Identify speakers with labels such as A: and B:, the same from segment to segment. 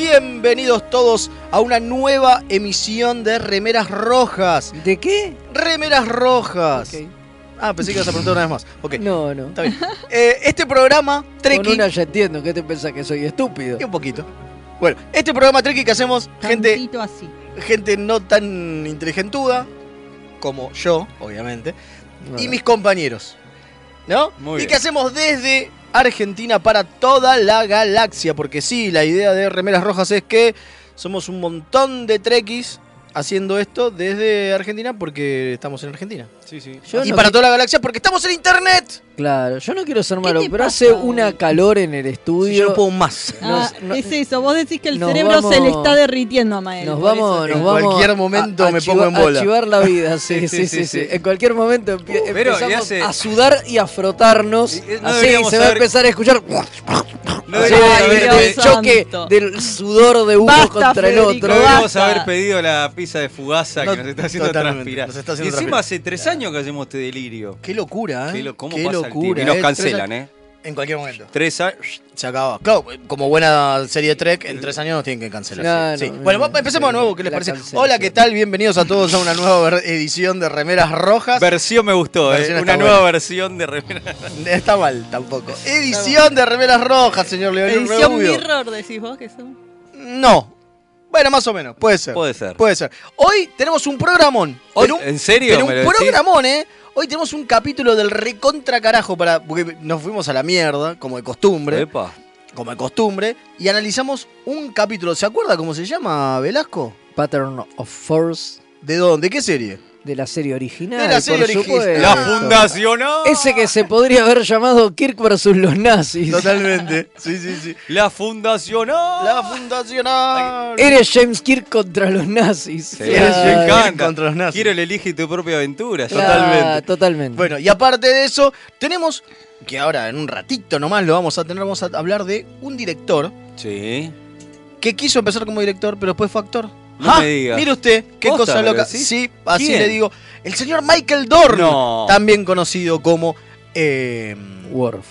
A: Bienvenidos todos a una nueva emisión de Remeras Rojas.
B: ¿De qué?
A: Remeras Rojas.
B: Ok.
A: Ah, pensé que ibas a preguntar una vez más. Ok.
B: No, no.
A: Está bien. Eh, este programa,
B: Con
A: Treki.
B: una ya entiendo que te pensás que soy estúpido.
A: y Un poquito. Bueno, este programa Treki que hacemos, gente,
C: Tantito así.
A: gente no tan inteligentuda como yo, obviamente, y
B: Bueno,
A: mis compañeros. ¿No?
D: Muy
A: y
D: bien.
A: que hacemos desde Argentina para toda la galaxia. Porque sí, la idea de Remeras Rojas es que somos un montón de trekkies haciendo esto desde Argentina porque estamos en Argentina.
D: Sí, sí.
B: yo
A: y
B: no
A: para
B: qui-
A: toda la galaxia porque estamos en internet.
B: Claro, yo no quiero ser malo,
C: te
B: pero
C: pasa
B: hace una
C: hoy?
B: calor en el
A: Sí,
B: estudio.
A: yo no puedo más.
C: Ah,
B: Nos- no-
C: es eso, vos decís que el
B: nos
C: cerebro se le
B: vamos-
C: está derritiendo a Mael.
B: Nos
C: por
B: vamos,
C: eso.
B: nos
A: En
B: vamos
A: cualquier
B: a-
A: momento me
B: chiva-
A: pongo en bola.
B: A chivar la vida, sí, sí,
D: Sí,
B: sí, sí,
D: sí, sí.
B: En cualquier momento empie-
D: Uh, pero, y
B: empezamos
D: hace-
B: a sudar y a frotarnos.
D: Y- eh, no
B: así
D: deberíamos
B: se va a
D: haber-
B: empezar a escuchar.
D: No
B: Así,
C: Ay,
D: deberíamos,
B: de-
D: haber,
C: Dios
B: del
C: santo.
B: choque del sudor de uno
C: Basta,
B: contra el
C: Federico,
B: otro.
D: no deberíamos
C: basta.
D: haber pedido la pizza de fugaza
A: No,
D: que nos está haciendo
A: totalmente,
D: transpirar.
A: nos está haciendo
D: y encima
A: transpirar.
D: hace tres años que hacemos este delirio.
A: Qué locura, ¿eh?
D: Qué lo- ¿Cómo
A: Qué
D: pasa el tiempo?
A: locura.
D: Y nos
A: ¿eh?
D: cancelan,
A: Tres
D: ¿eh?
A: años- En cualquier momento.
D: Tres años.
A: Se acaba. Claro, como buena serie de Trek, en tres años nos tienen que cancelar.
B: No,
A: sí.
B: no,
A: bueno,
B: no,
A: va- empecemos de
B: no,
A: nuevo, ¿qué les
B: la
A: parece?
B: cancelación.
A: Hola, ¿qué tal? Bienvenidos a todos a una nueva ver- edición de Remeras Rojas.
D: Versión me gustó, ¿eh?
A: Versión está
D: Una nueva versión de remera.
A: Está mal, tampoco. Edición de Remeras Rojas, señor Leonel
C: Edición
A: Rubio.
C: Mirror, decís vos que son.
A: No. Bueno, más o menos, puede ser.
D: Puede ser.
A: Puede ser. Hoy tenemos un programón.
D: Hoy,
A: Pero un-
D: ¿En serio?
A: Pero
D: ¿Me
A: un
D: lo decís?
A: programón, ¿eh? Hoy tenemos un capítulo del recontra carajo para. Porque nos fuimos a la mierda, como de costumbre.
D: Epa.
A: Como de costumbre. Y analizamos un capítulo. ¿Se acuerda cómo se llama, Velasco?
B: Pattern of Force
A: ¿De dónde? ¿Qué serie?
B: de la serie original.
A: De la serie
B: por
A: original.
B: supuesto.
D: La fundación. ah.
B: Ese que se podría haber llamado Kirk versus los nazis.
A: Totalmente. Sí, sí, sí.
D: La fundación. ah.
A: La fundacional.
B: Eres James Kirk contra los nazis.
D: Sí, me
A: Eres James
B: Claro,
D: encanta.
A: contra los nazis.
D: Quiero el elige tu propia aventura.
B: claro,
A: totalmente.
B: Totalmente.
A: Bueno, y aparte de eso, tenemos que ahora en un ratito nomás lo vamos a tener, vamos a hablar de un director
D: Sí.
A: que quiso empezar como director, pero después fue actor.
D: No
A: ¡Ah!
D: me digas.
A: Mire usted, qué
D: ¿Posta
A: cosa
D: me lo
A: loca.
D: decís?
A: Sí, así
D: ¿Quién?
A: le digo. El señor Michael Dorn,
D: No.
A: también conocido como. eh,
B: Worf.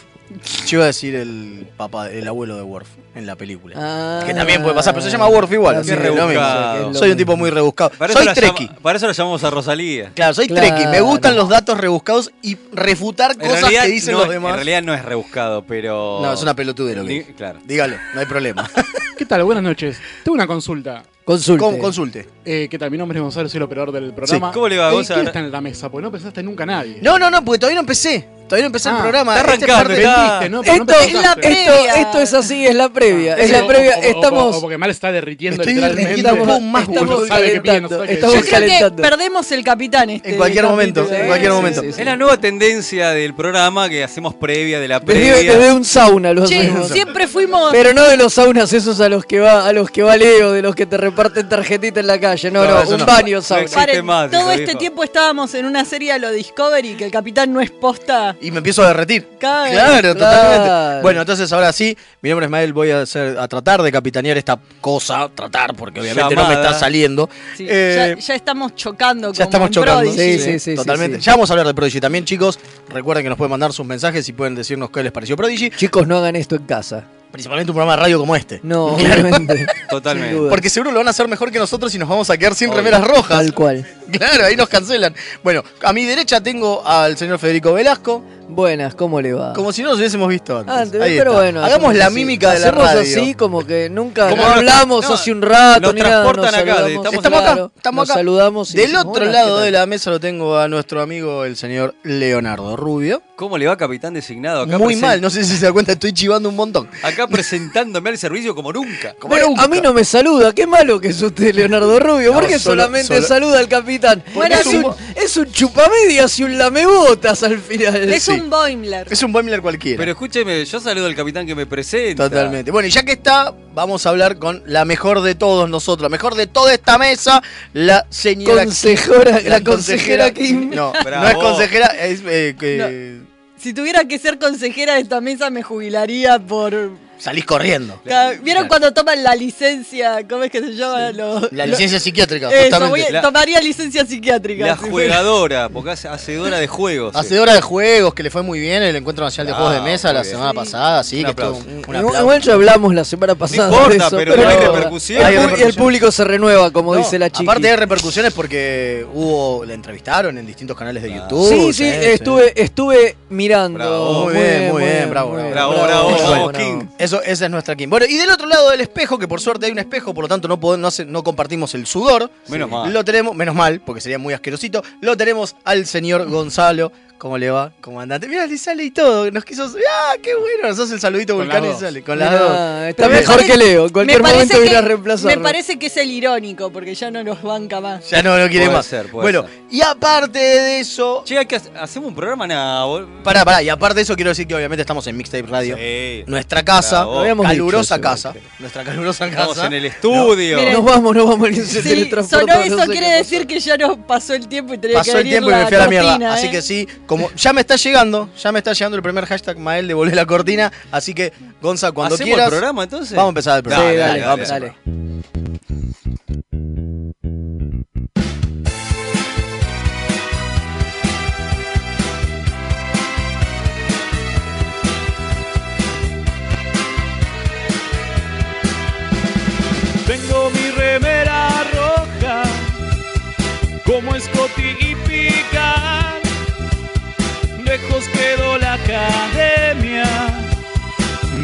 A: yo iba a decir el papá, el abuelo de Worf en la película.
B: Ah.
A: Que también puede pasar, pero se llama Worf igual,
D: así que
B: También.
D: es lo mismo.
B: O sea, que es lo
A: Soy un tipo
B: mismo.
A: muy rebuscado.
D: Para eso
A: Soy
D: la
A: treki.
D: llama- Para eso la llamamos a Rosalía.
A: Claro, soy
B: Claro.
A: treki. Me gustan los datos rebuscados y refutar
D: En
A: cosas
D: realidad
A: que dicen
D: no-
A: los demás.
D: En realidad no es rebuscado, pero.
A: No, es una pelotude lo que
D: Ni-
A: dije.
D: Claro.
A: Dígalo, no hay problema.
E: ¿Qué tal? Buenas noches. Tengo una consulta.
B: Consulte.
A: Con- consulte.
E: Eh, ¿Qué tal? Mi nombre es Gonzalo, soy el operador del programa.
D: Sí, ¿cómo le va,
E: Eh,
D: Gonzalo?
E: ¿Quién está en la mesa? Pues no pensaste nunca a nadie.
A: No, no, no, porque todavía no empecé. Todavía no empecé el
E: Ah,
A: programa.
D: está
A: Este
D: arrancando,
A: parte-
D: está-
E: Vendiste, ¿no? Pero no
B: Esto,
E: pensaste.
B: es la esto,
C: previa.
B: esto es así, es la previa. Es la
E: O-
B: previa.
E: o- o-
B: Estamos.
E: O, porque Mal está derritiendo
A: Estoy
E: literalmente.
A: derritiendo un poco más,
E: Uy, no
B: estamos
E: sabe qué pide, no
B: calentando,
E: sabe qué
B: estamos
C: Yo
E: dice.
C: creo que
B: calentando.
C: perdemos el capitán este.
A: En cualquier momento,
C: capítulo.
A: en cualquier
B: Sí,
A: momento.
B: sí, sí, sí.
D: Es la nueva tendencia del programa que hacemos previa de la previa.
B: Desde, desde un sauna los
C: Che,
B: hacemos.
C: siempre fuimos.
B: Pero no de los saunas esos a los que va, a los que va Leo, de los que te reparten tarjetita en la calle. No,
D: No,
B: no,
D: eso
B: un
D: no.
B: baño
D: No
B: sauna.
D: existe.
C: Paren,
D: más, dijo,
C: todo este
D: viejo.
C: tiempo estábamos en una serie a lo Discovery que el capitán no es posta.
A: Y me empiezo a derretir.
C: Cada vez.
A: Claro, totalmente.
B: Claro.
A: Bueno, entonces ahora sí, mi nombre es Mael, voy a, hacer, a tratar de capitanear esta cosa, tratar, porque obviamente no me
D: Llamada.
A: está saliendo.
C: Sí,
A: Eh,
C: ya, ya estamos chocando. como
A: Ya estamos
C: en
A: chocando.
C: Prodigy.
B: Sí, sí, sí, sí,
A: Totalmente.
B: sí.
A: Ya vamos a hablar de Prodigy también, chicos. Recuerden que nos pueden mandar sus mensajes y pueden decirnos qué les pareció Prodigy.
B: Chicos, no hagan esto en casa.
A: Principalmente un programa de radio como este.
B: No, obviamente.
D: Totalmente.
B: Sin duda.
A: Porque seguro lo van a hacer mejor que nosotros y nos vamos a quedar sin
D: Obvio.
A: remeras rojas.
B: Tal cual.
A: Claro, ahí nos cancelan. Bueno, a mi derecha tengo al señor Federico Velasco,
B: Buenas, ¿cómo le va?
A: como si no nos hubiésemos visto antes.
B: Antes,
A: Ahí
B: pero
A: está.
B: bueno.
A: Hagamos
B: hacemos
A: la
B: así.
A: mímica de la
B: Hacemos
A: radio.
B: así como que nunca
D: Como
B: no
D: nos tra-
B: hablamos
D: no,
B: hace un rato.
D: nos
B: ni nada,
D: transportan acá,
B: saludamos.
D: estamos
A: Estamos acá,
B: Claro,
A: estamos
B: nos
A: acá.
B: saludamos. y
A: Del
B: decimos,
A: otro
B: "Hola,
A: lado
B: ¿qué
A: de
B: tal?".
A: la mesa lo tengo a nuestro amigo el señor Leonardo Rubio.
D: ¿Cómo le va capitán designado? Acá
A: Muy
D: presen-
A: mal, no sé si se da cuenta, estoy chivando un montón.
D: Acá presentándome al servicio como nunca.
A: Como
B: Pero
A: nunca.
B: a mí no me saluda, qué malo que es usted, Leonardo Rubio.
A: No,
B: ¿Por qué
A: solo-
B: solamente
A: solo-
B: saluda al capitán?
A: Bueno,
B: es,
A: es un
B: un,
A: bo-
B: es un chupamedias y un lamebotas al final.
C: Es
A: Sí.
C: un Boimler.
A: Es un Boimler cualquiera.
D: Pero escúcheme, yo saludo al capitán que me presenta.
A: Totalmente. Bueno, y ya que está, vamos a hablar con la mejor de todos nosotros, la mejor de toda esta mesa, la señora
B: Consejora, la consejera Kim.
A: No, no es
D: Bravo.
A: consejera, es eh, que-
C: Si tuviera que ser consejera de esta mesa me jubilaría por
A: Salís corriendo.
C: Ca- ¿Vieron
D: Claro.
C: cuando toman la licencia? ¿Cómo es que se llama? Lo-
A: La licencia psiquiátrica,
C: Eso, voy
A: justamente.
C: a-
D: La-
C: tomaría licencia psiquiátrica.
D: La
C: si fuera.
D: juegadora, porque hace hacedora de juegos.
A: Hacedora de juegos, que le fue muy bien en el Encuentro Nacional de
D: Ah,
A: Juegos de Mesa la
D: muy bien.
A: semana pasada, sí,
D: Un
A: que
D: aplauso.
A: estuvo un, un
B: Igual,
A: aplauso.
B: igual ya hablamos la semana pasada. de
D: importa,
B: eso,
D: pero hay
B: Y
D: repercusión.
B: el
A: Hay
B: pu- y el
A: repercusión.
B: público se renueva, como
A: No,
B: dice la chica.
A: Aparte hay repercusiones porque hubo, la entrevistaron en distintos canales de
D: Ah.
A: YouTube.
B: sí, sí, estuve, estuve mirando.
D: Bravo.
A: Muy bien, muy bien, bravo,
D: bravo. Bravo, bravo,
B: Bueno,
D: King.
A: Eso, esa es nuestra Kim. Bueno, y del otro lado del espejo, que por suerte hay un espejo, por lo tanto no, podemos, no, hace- no compartimos el sudor.
D: Menos mal.
A: Lo tenemos, menos mal, porque sería muy asquerosito. Lo tenemos al señor Gonzalo. ¿Cómo le va, comandante? Mira, le sale y todo. Nos quiso. ¡Ah, qué bueno! Nos hace el saludito
E: Con
A: vulcano
E: las
A: y
E: dos.
A: sale. Con las
B: mirá,
A: dos.
B: Está
A: Pero me
B: mejor
C: parece-
B: que Leo. En cualquier
C: Me parece
B: momento viene a
C: que-
B: reemplazarlo.
C: Me parece que es el irónico, porque ya no nos banca más.
A: Ya no lo quiere
D: Puede
A: más.
D: ser, puede
A: bueno, y aparte de eso.
D: Che, hay que hace- hacemos un programa nada, bol-
A: Pará, pará, y aparte de eso quiero decir que obviamente estamos en Mixtape Radio.
D: Sí.
A: Nuestra casa,
D: Bravo.
B: Lo habíamos
A: calurosa
B: dicho eso,
A: casa. Nuestra calurosa
D: Estamos
A: casa.
D: en el estudio.
C: Miren,
B: Nos vamos, nos vamos. Se
C: Sí,
B: teletransporta,
C: sonó
B: no
C: eso,
B: sé qué
C: quiere
B: pasó.
C: decir que ya nos pasó el tiempo y tenía que
A: Pasó el
C: abrir
A: tiempo y me fui a la mierda.
C: cortina,
A: Así
C: ¿eh?
A: que sí, como ya me está llegando, ya me está llegando el primer hashtag Mael de volver la cortina. Así que, Gonza, cuando
D: ¿Hacemos
A: quieras.
D: el programa entonces?
A: Vamos a empezar el
B: Sí,
A: programa.
B: dale,
D: Dale, dale,
B: vamos,
D: dale.
B: dale.
F: Tengo mi remera roja, como Scotty y Picard. Lejos quedó la academia,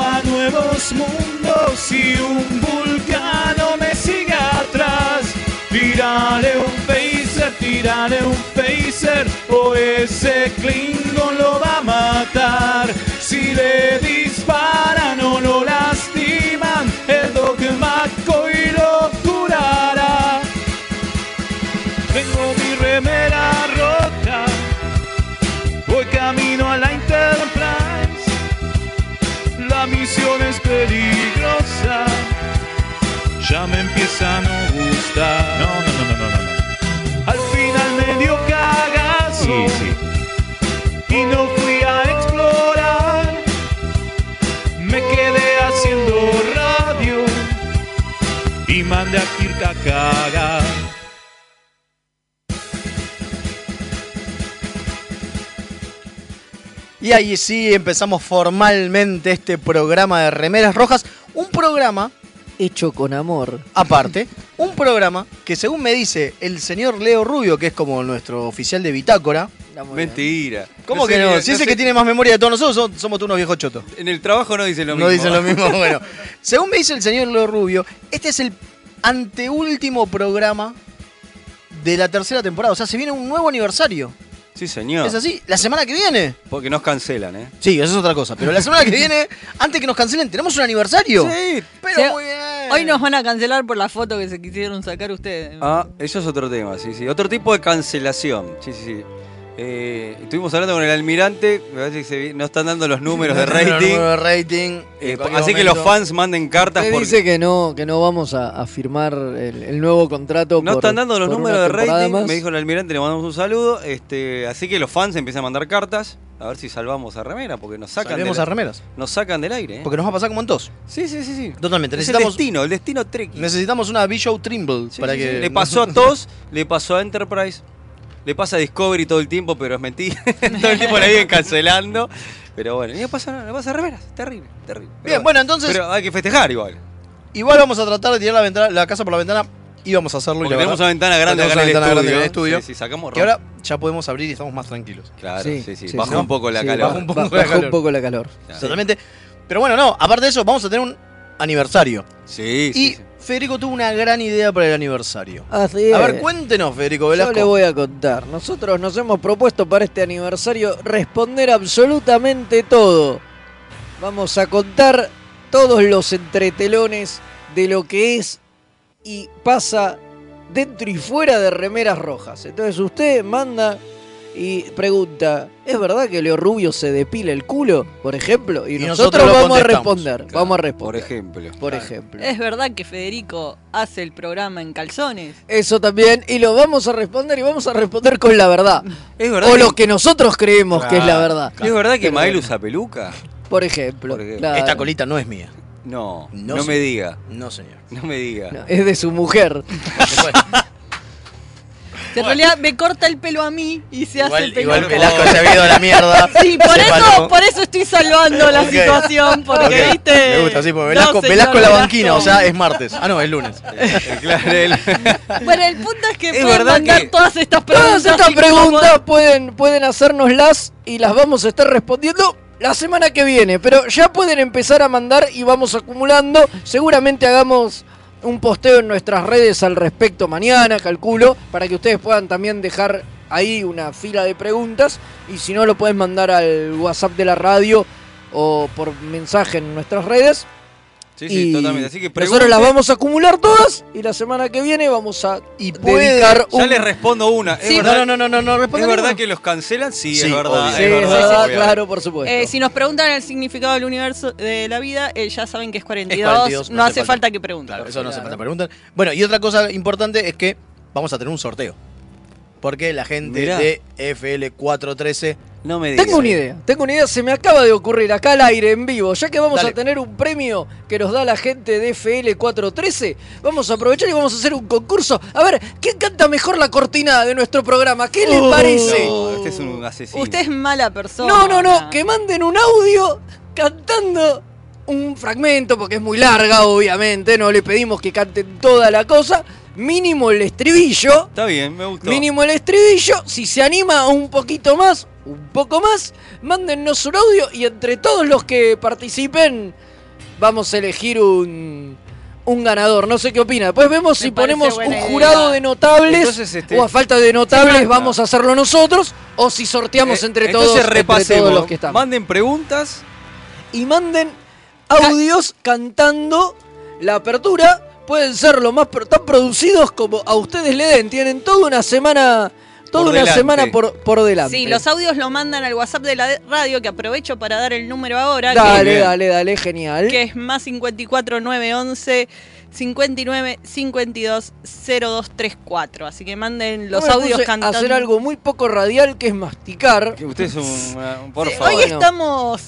F: a nuevos mundos y un vulcano me sigue atrás. Tírale un phaser, tírale un phaser, o ese Klingon lo va a matar. Si le disparan o lo lastiman, el dogma y lo curará. Tengo mi remera rota, voy camino a la Enterprise. La misión es peligrosa, ya me empieza a no gustar. No, no, no, no, no, Al final me dio cagazo y no fui a explorar. Me quedé haciendo radio y mandé a Kirk a cagar.
A: Y ahí sí empezamos formalmente este programa de Remeras Rojas. Un programa
B: Hecho con amor.
A: aparte, un programa que según me dice el señor Leo Rubio, que es como nuestro oficial de bitácora.
B: Está muy bien.
D: Mentira.
A: ¿Cómo
D: sé
A: que no?
D: ni-
A: Si es
D: sé-
A: el que tiene más memoria de todos nosotros, son- somos tú unos viejos chotos.
D: En el trabajo no dicen lo mismo. ¿eh?
A: No dicen lo mismo, bueno. Según me dice el señor Leo Rubio, este es el anteúltimo programa de la tercera temporada. O sea, se viene un nuevo aniversario.
D: Sí, señor.
A: ¿Es así? ¿La semana que viene?
D: Porque nos cancelan, ¿eh?
A: Sí, eso es otra cosa. Pero la semana que viene, antes que nos cancelen, tenemos un aniversario.
D: Sí.
A: Pero
C: O sea,
A: muy bien.
C: Hoy nos van a cancelar por la foto que se quisieron sacar ustedes.
D: Ah, eso es otro tema, sí, sí. Otro tipo de cancelación. Sí, sí, sí. Eh, estuvimos hablando con el almirante, me parece que se vi- no están dando los números de
A: Número
D: rating.
A: de rating.
D: Eh,
A: En
D: así
A: cualquier
D: que los
A: momento.
D: fans manden cartas
B: Usted
D: porque
B: dice que no, que no vamos a, a firmar el, el nuevo contrato.
D: no
B: por-
D: están dando los
B: por
D: números
B: una
D: de
B: temporada
D: rating.
B: más.
D: Me dijo el almirante, le mandamos un saludo. Este, así que los fans empiezan a mandar cartas. A ver si salvamos a Remera, porque nos sacan,
A: Salvemos
D: del,
A: a remeras.
D: nos sacan del aire. ¿eh?
A: Porque nos va a pasar como en todos.
D: Sí, sí, sí, sí.
A: Totalmente.
D: Es el
A: Necesitamos,
D: destino, el destino tricky.
A: necesitamos una B-Show Trimble.
D: Sí,
A: para
D: sí,
A: que
D: sí. Le pasó a TOS, le pasó a Enterprise, le pasa a Discovery todo el tiempo, pero es mentira. todo el tiempo la viven cancelando. Pero bueno, y le pasa, nada, le pasa a Remeras, terrible, terrible. Pero
A: Bien, bueno, entonces-
D: Pero hay que festejar igual.
A: Igual vamos a tratar de tirar la, ventana, la casa por la ventana. Y vamos a hacerlo. y
D: Porque
A: la
D: tenemos
A: verdad-
D: una ventana grande
A: tenemos
D: acá en el
A: una ventana
D: estudio.
A: grande en el estudio.
D: Sí, sí, sacamos
A: Que
D: ropa.
A: ahora ya podemos abrir y estamos más tranquilos.
D: Claro, sí,
B: Sí,
D: sí.
B: sí,
D: baja
A: ¿no?
D: un poco la
B: Sí,
D: calor.
A: baja un
B: ba-
A: poco
B: ba-
A: la
B: baja
A: calor.
B: un poco la calor.
D: Claro.
A: Totalmente. Pero bueno, no, aparte de eso, vamos a tener un aniversario.
D: Sí,
A: y
D: sí, sí.
A: Federico tuvo una gran idea para el aniversario.
B: Así
A: A
B: es.
C: Eh,
A: ver, cuéntenos, Federico
B: Yo
A: Velasco.
B: le voy a contar. Nosotros nos hemos propuesto para este aniversario responder absolutamente todo. Vamos a contar todos los entretelones de lo que es y pasa dentro y fuera de remeras rojas. Entonces usted manda y pregunta, ¿es verdad que Leo Rubio se depila el culo, por ejemplo? Y,
A: Y
B: nosotros,
A: nosotros lo
B: vamos a
A: contestamos.
B: responder, vamos a
D: Por
B: responder.
D: ejemplo.
B: Por
A: Claro.
B: ejemplo.
C: ¿Es verdad que Federico hace el programa en calzones?
B: Eso también, y lo vamos a responder y vamos a responder con la verdad.
D: ¿Es verdad
B: O
D: que,
B: lo que nosotros creemos que es la verdad.
D: ¿es verdad que
B: Pero
D: Mael
B: bueno.
D: usa peluca?
B: Por ejemplo.
D: Por ejemplo.
B: claro.
A: Esta colita no es mía.
D: No, no,
A: No sé.
D: me diga.
A: No, señor.
D: No me diga.
B: No, es de su mujer.
A: Después,
C: En realidad me corta el pelo a mí y se hace
A: igual
C: pelo.
A: igual Velasco se ha ido a la mierda.
C: Sí, por
A: Se
C: eso,
A: palmó.
C: por eso estoy salvando la
A: Ok.
C: situación, porque
A: Ok,
C: viste.
A: Me gusta, sí, porque Velasco,
C: No, señor
A: Velasco la banquina, o
C: Velasco.
A: sea, es martes. Ah, no, es lunes.
D: Claro, él-
C: Bueno, el punto es que
D: Es
C: pueden
D: verdad
C: mandar
D: que-
C: todas estas preguntas.
B: Todas estas
C: y eh, como-
B: preguntas pueden, pueden hacérnoslas y las vamos a estar respondiendo la semana que viene. Pero ya pueden empezar a mandar y vamos acumulando. Seguramente hagamos un posteo en nuestras redes al respecto mañana, calculo, para que ustedes puedan también dejar ahí una fila de preguntas. Y si no, lo pueden mandar al WhatsApp de la radio o por mensaje en nuestras redes.
D: Sí, sí,
B: Y
D: totalmente. Así que
B: nosotros las
D: pregunte.
B: vamos a acumular todas y la semana que viene vamos a
A: Y puede-
B: dedicar
D: Ya
B: un
D: les respondo una. ¿Es,
C: Sí.
D: verdad,
A: No, no, no, no, no,
D: ¿es
A: responda
D: verdad
A: ninguna.
D: que los cancelan? Sí,
A: Sí,
D: es verdad.
A: obvio.
B: Sí,
D: es
B: es
D: verdad,
B: verdad,
D: obvio.
B: claro, por supuesto.
C: Eh, si nos preguntan el significado del universo de la vida, eh, ya saben que es 42.
A: Es 42,
C: no,
A: no
C: hace
A: hace
C: falta que pregunten.
A: Claro, eso no hace falta preguntar. Bueno, y otra cosa importante es que vamos a tener un sorteo. Porque la gente
D: Mirá.
A: de FL413
D: No me digas.
B: Tengo una idea, tengo una idea, se me acaba de ocurrir acá al aire, en vivo. Ya que vamos
A: Dale.
B: a tener un premio que nos da la gente de FL413, vamos a aprovechar y vamos a hacer un concurso. A ver, ¿quién canta mejor la cortina de nuestro programa? ¿Qué les
A: Oh.
B: parece?
D: No, este es un asesino.
C: Usted es mala persona.
B: No, no, no, que manden un audio cantando un fragmento, porque es muy larga, obviamente. No le pedimos que canten toda la cosa. Mínimo el estribillo.
D: Está bien, me gustó.
B: Mínimo el estribillo. Si se anima un poquito más, un poco más, mándennos un audio y entre todos los que participen vamos a elegir un, un ganador. No sé qué opina. Después vemos
C: Me
B: si
C: parece
B: ponemos un
C: buena idea.
B: jurado de notables
D: Entonces, este-
B: o a falta de notables vamos a hacerlo nosotros o si sorteamos
D: Eh,
B: entre todos,
D: entonces
B: entre
D: repasemos.
B: todos los que estamos.
D: Manden preguntas.
B: y manden audios cantando la apertura. Pueden ser lo más pro- tan producidos como a ustedes le den. Tienen toda una semana, toda
D: Por
B: una
D: delante.
B: semana por, por delante.
C: Sí, los audios lo mandan al WhatsApp de la de- radio, que aprovecho para dar el número ahora, que,
B: Dale,
D: Bien.
B: dale, dale, genial.
C: que es más 54 911 59 52 0234. Así que manden los
B: Yo me
C: audios
B: puse a
C: cantando.
B: Hacer algo muy poco radial que es masticar.
D: Que usted es un. una- un- por
C: Sí,
D: favor.
C: Hoy
B: Bueno.
C: estamos.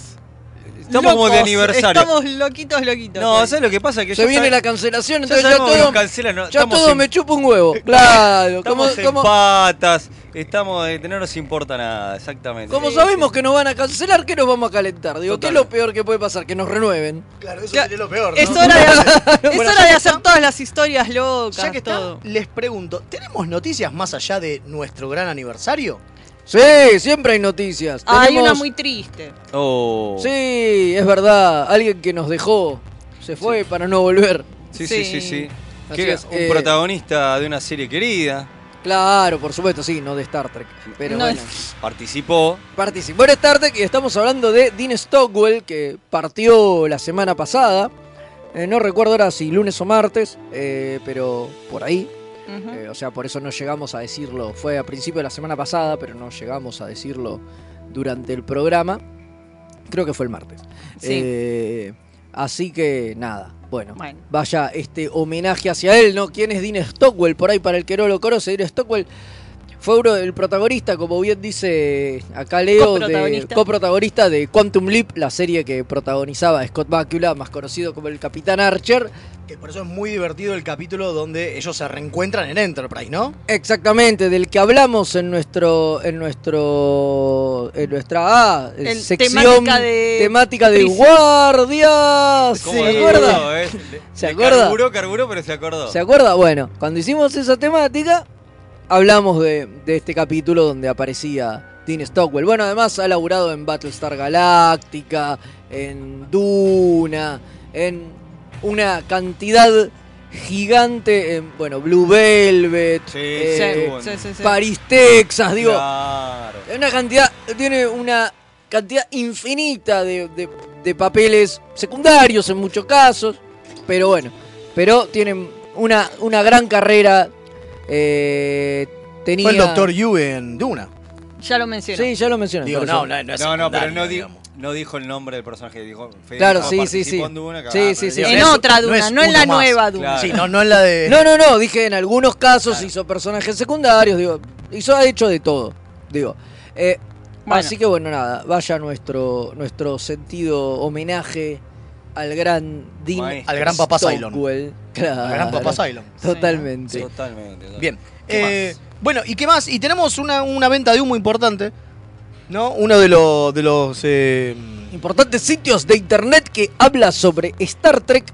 D: Estamos como de
C: locos,
D: aniversario.
C: Estamos loquitos, loquitos.
D: No,
C: hoy.
D: ¿sabes lo que pasa? Que
B: Se
D: ya
B: viene
D: sabe-
B: la cancelación,
D: ya
B: entonces ya
D: sabemos que
B: todo,
D: nos cancelan. no-
B: ya
D: estamos
B: todo
D: en-
B: me chupa un huevo. Claro, como,
D: Estamos en
B: como-
D: patas. Estamos de no nos importa nada, exactamente.
B: como sabemos que nos van a cancelar, ¿qué nos vamos a calentar? Digo, ¿qué es
D: Total.
B: lo peor que puede pasar? Que nos renueven.
A: Claro,
C: Ya-
A: sería lo peor.
C: Es
A: ¿no?
C: hora de, es
A: Bueno,
C: hora
A: ya
C: de
A: que
C: hacer
A: está-
C: todas las historias locas.
A: Ya que está,
C: todo.
A: les pregunto, ¿tenemos noticias más allá de nuestro gran aniversario?
B: Sí, siempre hay noticias.
C: Ah, Hay
B: Tenemos-
C: una muy triste.
D: Oh.
B: Sí, es verdad. Alguien que nos dejó se fue para no volver.
D: Sí, sí,
C: Sí.
D: sí, sí.
B: Así
D: Que
B: es,
D: un
B: eh,
D: protagonista de una serie querida
B: Claro, por supuesto, sí, no de Star Trek. Pero
C: No
B: bueno,
D: participó.
B: participó en Star Trek y estamos hablando de Dean Stockwell, que partió la semana pasada. Eh, no recuerdo ahora si lunes o martes, eh, pero por ahí.
C: Ujú.
B: Eh, o sea, por eso no llegamos a decirlo. Fue a principio de la semana pasada, pero no llegamos a decirlo durante el programa. Creo que fue el martes.
C: Sí.
B: Eh, así que nada. Bueno,
C: Bueno.
B: vaya este homenaje hacia él, ¿no? ¿Quién es Dean Stockwell? Por ahí para el que no lo conoce, Dean Stockwell fue uno el protagonista, como bien dice acá Leo, de,
C: Coprotagonista.
B: coprotagonista de Quantum Leap, la serie que protagonizaba Scott Bakula, más conocido como el Capitán Archer.
A: Que por eso es muy divertido el capítulo donde ellos se reencuentran en Enterprise, ¿no?
B: Exactamente, del que hablamos en nuestro, en nuestro, en nuestra ah,
C: El-
B: sección
C: temática de-
B: temática de
C: Prison.
B: guardias.
D: ¿Cómo
B: ¿Se
D: le
B: acuerda?
D: digo, eh? Le-
B: ¿Se
D: le
B: acuerda?
D: Carburó, carburó, pero se acordó.
B: ¿Se acuerda? Bueno, cuando hicimos esa temática, hablamos de, de este capítulo donde aparecía Dean Stockwell. Bueno, además ha laburado en Battlestar Galactica, en Duna, en una cantidad gigante, en, bueno, Blue Velvet,
D: Sí,
C: Sí,
B: eh,
D: bueno.
C: sí, sí, sí.
B: París, Texas, digo,
D: Claro.
B: una cantidad, tiene una cantidad infinita de, de- de papeles secundarios en muchos casos, pero bueno, Pero tienen una, una gran carrera. eh, tenía...
A: Fue el doctor Yu en Duna.
C: Ya lo mencioné.
B: Sí, ya lo mencioné.
A: Digo,
B: por
A: no,
B: eso.
A: no, no es
D: No, no, pero
A: secundario,
D: no, di-
A: digamos.
D: no dijo el nombre del personaje. Dijo Fede
B: Claro,
D: no
B: sí, sí,
D: participó
B: sí.
D: en Duna,
B: Sí,
D: cagada,
B: sí,
D: pero
B: sí.
D: digo,
C: en
A: no es-
C: otra
A: no
C: duna,
A: es
C: no, en la
A: uno más.
C: nueva duna.
D: Claro.
A: Sí, no, no es la de.
B: No, no, no, dije en algunos casos hizo personajes secundarios, digo, hizo, ha hecho de todo, digo. Eh,
C: Bueno.
B: Así que bueno, nada, vaya nuestro, nuestro sentido homenaje al gran Dean
D: Maestro.
A: Al gran papá Cylon.
B: Stockwell. Claro,
A: La gran papá Cylon.
B: Totalmente.
D: Sí, Totalmente. totalmente.
A: Bien.
D: ¿Qué
A: Eh, Bueno, ¿y qué más? Y tenemos una, una venta de humo importante. ¿No? Uno de los. De los eh,
B: Importantes sitios de internet que habla sobre Star Trek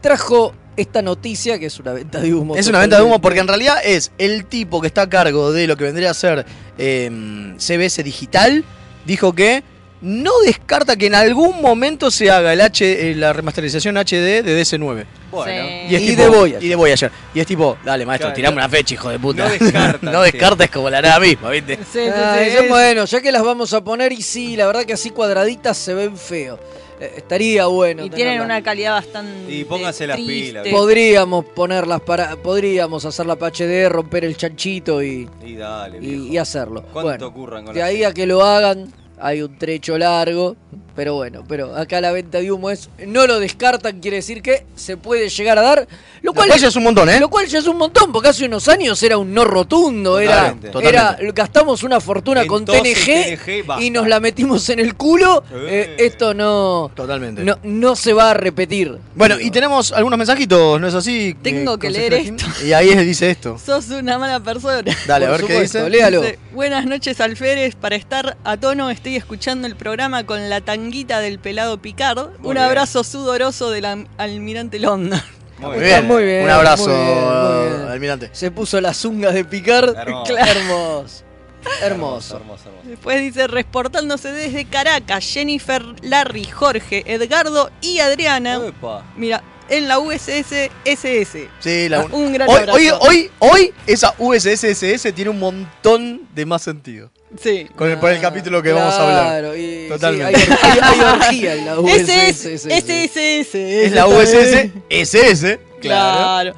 B: trajo esta noticia que es una venta de humo.
A: es una venta de humo
B: totalmente.
A: porque en realidad es el tipo que está a cargo de lo que vendría a ser eh, CBS Digital. Dijo que no descarta que en algún momento se haga el H, eh, la remasterización HD de DC9.
D: Bueno.
C: Sí.
B: Eh, Y de Voyager.
A: Y de Voyager. Y es tipo, dale maestro,
D: Claro,
A: tirame
D: no-
A: una fecha, hijo de puta.
D: no descarta,
A: no
D: sí.
A: descartes como la nada misma, ¿viste?
C: Sí, sí,
B: Ah,
C: sí,
B: eso,
C: es-
B: bueno, ya que las vamos a poner y sí, la verdad que así cuadraditas se ven feo. Eh, estaría bueno.
C: y tienen
B: tenerlas.
C: una calidad bastante.
D: Y pónganse las
C: triste.
D: pilas, ¿viste?
B: Podríamos ponerlas para. Podríamos hacerla para HD, romper el chanchito y,
D: Y dale,
B: y-
D: viejo.
B: y hacerlo.
D: ¿Cuánto
B: Bueno,
D: curran con
B: de
D: la
B: ahí a que lo hagan, hay un trecho largo. Pero bueno, pero acá la venta de humo es. No lo descartan, quiere decir que se puede llegar a dar. Lo cual,
A: Lo cual ya es un montón, ¿eh?
B: lo cual ya es un montón, porque hace unos años era un no rotundo. Era,
D: Totalmente,
B: era
A: totalmente.
B: gastamos una fortuna con
D: Entonces,
B: TNG,
D: TNG, basta.
B: y nos la metimos en el culo.
D: Eh.
B: eh, esto no,
A: Totalmente.
B: no, no se va a repetir.
A: Bueno, y tenemos algunos mensajitos, ¿no es así?
C: Tengo
A: eh,
C: que
A: consejero
C: leer
A: Jim? Y ahí él dice esto.
C: Sos una mala persona.
A: Dale, a
B: Por
A: ver qué
B: supuesto,
A: dice.
B: Léalo.
C: Dice, Buenas noches, Alférez. Para estar a tono, estoy escuchando el programa con la tanguita del pelado Picard.
D: Muy
C: Un
D: bien.
C: abrazo sudoroso del am- almirante London.
D: Muy
B: Está
D: bien.
B: muy bien,
A: Un abrazo,
B: muy bien, muy bien.
A: almirante.
B: Se puso las zungas de picar.
D: Hermoso.
B: Claro. Hermoso.
D: Hermoso,
B: Hermoso.
D: hermoso.
C: Después dice, reportándose desde Caracas, Jennifer, Larry, Jorge, Edgardo y Adriana.
D: Epa.
C: Mira, en la USS SS.
A: Sí,
B: Ah,
A: la un-
C: Un gran
A: hoy,
C: abrazo.
A: hoy, hoy, hoy esa USSSS tiene un montón de más sentido.
C: Sí.
A: Con el, por el
B: Ah,
A: capítulo que vamos a hablar.
B: Claro, y,
A: Totalmente.
B: sí, hay, orgía- hay orgía en la
C: SS,
B: USS.
A: Es la USSSS, claro.
C: Claro.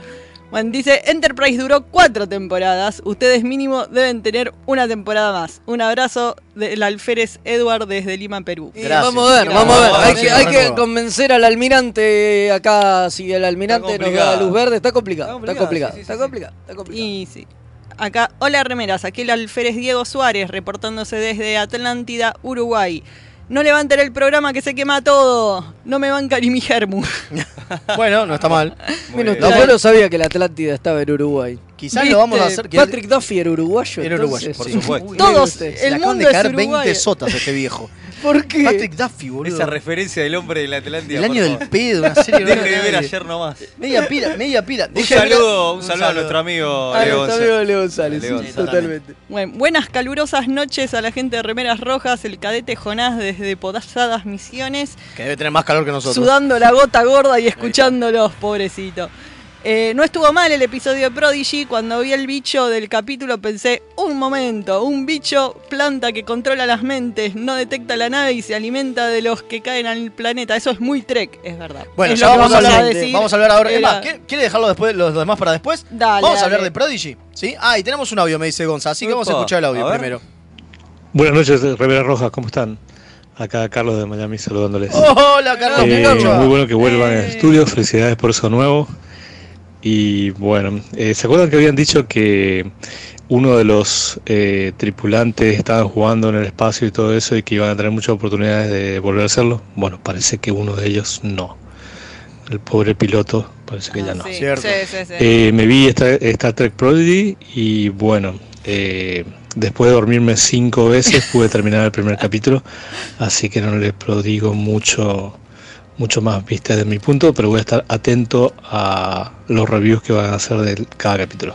C: Bueno, dice, Enterprise duró cuatro temporadas. Ustedes mínimo deben tener una temporada más. Un abrazo del alférez Edward desde Lima, Perú.
B: Y
A: Gracias.
B: vamos a ver,
C: Gracias.
B: vamos a ver.
C: Vamos,
B: Hay
C: sí,
B: que, hay
A: no
B: que
A: puedo.
B: convencer al almirante acá. Si el almirante nos da
D: complicado.
B: luz verde, está complicado. Está
D: Está complicado,
B: complicado.
D: sí, sí,
B: Está
D: sí.
B: complicado. Está complicado.
C: Y sí. Acá, hola remeras, aquí el alférez Diego Suárez reportándose desde Atlántida, Uruguay. No levanten el programa que se quema todo. No me banca ni mi germu.
A: Bueno, no está mal.
D: Muy
B: Menos
D: bien.
B: yo no sabía que la Atlántida estaba en Uruguay.
A: Quizás lo vamos a
C: Viste,
A: hacer. que-
B: Patrick Duffy era uruguayo.
A: Era uruguayo,
B: entonces,
A: por
B: sí.
D: supuesto.
B: Uy,
C: Todos,
B: mire usted.
A: Se le
C: el
A: acaban
C: mundo
A: de
C: es
A: caer
C: uruguayo.
A: 20 sotas a este viejo.
B: ¿Por qué?
A: Patrick Duffy, boludo.
D: Esa referencia del hombre de la Atlántida.
A: el año
D: por
A: del
D: favor.
A: pedo, una serie. no
D: Deje
A: era
D: de ver
A: nadie.
D: ayer nomás.
A: Media pila, media pila.
D: Un
A: Deje de ver-
D: saludo, un saludo a nuestro amigo
B: Ah,
D: Leo
B: está
D: González.
B: amigo de Leo González,
D: Leo
B: sí,
A: González.
B: totalmente.
C: Bueno, buenas calurosas noches a la gente de Remeras Rojas, el cadete Jonás desde Podazadas Misiones,
A: Que debe tener más calor que nosotros.
C: sudando la gota gorda y escuchándolos, pobrecito. Eh, no estuvo mal el episodio de Prodigy, cuando vi el bicho del capítulo pensé, un momento, un bicho planta que controla las mentes, no detecta la nave y se alimenta de los que caen al planeta. Eso es muy trek, es verdad.
A: Bueno,
C: Es
A: ya
C: lo que
A: vamos, a hablar.
C: decir.
A: vamos a hablar ahora. Es
C: Era-
A: más, ¿quiere, quiere dejarlo después, los demás para después?
C: Dale,
A: vamos a
C: dale.
A: hablar de Prodigy, ¿sí? Ah, y tenemos un audio, me dice Gonza, así que vamos a
D: Upa,
A: escuchar el audio
D: a ver.
A: primero.
G: Buenas noches, Rivera Rojas, ¿cómo están? Acá Carlos de Miami saludándoles.
C: Oh,
A: Hola, Carlos
G: Eh,
A: Pinocho.
G: muy bueno que vuelvan al
C: Eh.
G: estudio, felicidades por eso nuevo. Y bueno, eh, ¿se acuerdan que habían dicho que uno de los eh, tripulantes estaban jugando en el espacio y todo eso y que iban a tener muchas oportunidades de volver a hacerlo? Bueno, parece que uno de ellos no. El pobre piloto parece que ya
C: Ah,
G: no.
C: sí,
A: Cierto.
C: sí, sí, sí.
G: Eh, me vi esta, Star Trek Prodigy y bueno, eh, después de dormirme cinco veces pude terminar el primer capítulo, así que no les prodigo mucho, mucho más vista desde mi punto, pero voy a estar atento a los reviews que van a hacer de cada capítulo.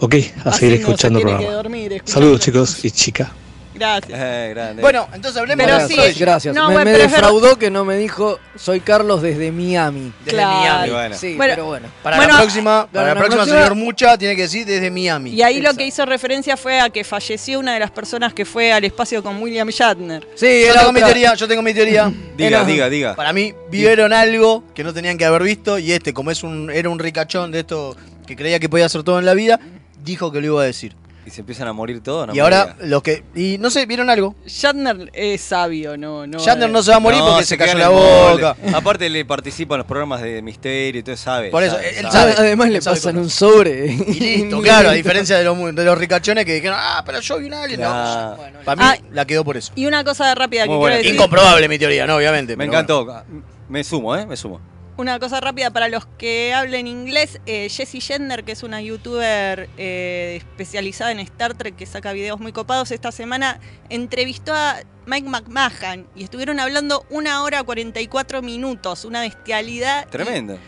G: Ok, a seguir
C: Así no se
G: escuchando el
C: tiene que
G: programa.
C: dormir, escuchando.
G: Saludos chicos y chica.
C: Gracias.
D: Eh, grande.
A: Bueno, entonces hablemos
C: Pero
A: de
C: sí,
A: Freud.
B: Gracias.
C: no,
B: me
C: bueno,
B: me
C: pero es verdad.
B: defraudó que no me dijo, soy Carlos desde Miami.
D: Desde
C: claro.
D: Miami, bueno.
B: Sí,
C: Bueno,
B: pero bueno.
A: Para
C: Bueno,
A: la próxima, para la
B: la
A: próxima,
B: próxima-
A: señor Mucha, tiene que decir desde Miami.
C: Y ahí lo que hizo referencia fue a que falleció una de las personas que fue al espacio con William Shatner.
B: Sí,
A: yo
B: era
A: tengo mi
B: otra-
A: teoría, yo tengo mi teoría.
D: Diga,
B: era-
D: diga, diga.
A: Para mí, vieron algo que no tenían que haber visto y este, como es un, era un ricachón de esto que creía que podía hacer todo en la vida, dijo que lo iba a decir.
D: Y se empiezan a morir todos, no
A: y
D: me
A: ahora,
D: diga.
A: los que... Y no sé, vieron algo.
C: Shatner es sabio, no, eh. no.
A: Shatner no se va a morir
D: No,
A: porque se cayó
D: quedan
A: la
D: en bola.
A: boca.
D: Aparte le participa en los programas de misterio y todo, sabe.
A: Por eso,
D: sabe,
A: él
D: sabe.
A: Ah, sabe.
B: Además le
A: sabe
B: pasan
A: cosas.
B: un sobre.
A: Y listo, claro, a diferencia de los, mu- de los ricachones que dijeron, ah, pero yo vi un alien. No,
D: Nah,
A: para mí,
C: Ah.
A: la quedó por eso.
C: Y una cosa rápida que
D: Muy
C: quiero
D: buena.
C: decir.
A: Incomprobable mi teoría, no, obviamente.
D: me
A: pero
D: encantó. Me sumo, ¿eh? Me sumo.
C: Una cosa rápida para los que hablen inglés, eh, Jessie Gender, que es una youtuber eh, especializada en Star Trek que saca videos muy copados, esta semana entrevistó a Mike McMahon y estuvieron hablando una hora 44 minutos, una bestialidad.
D: Tremendo.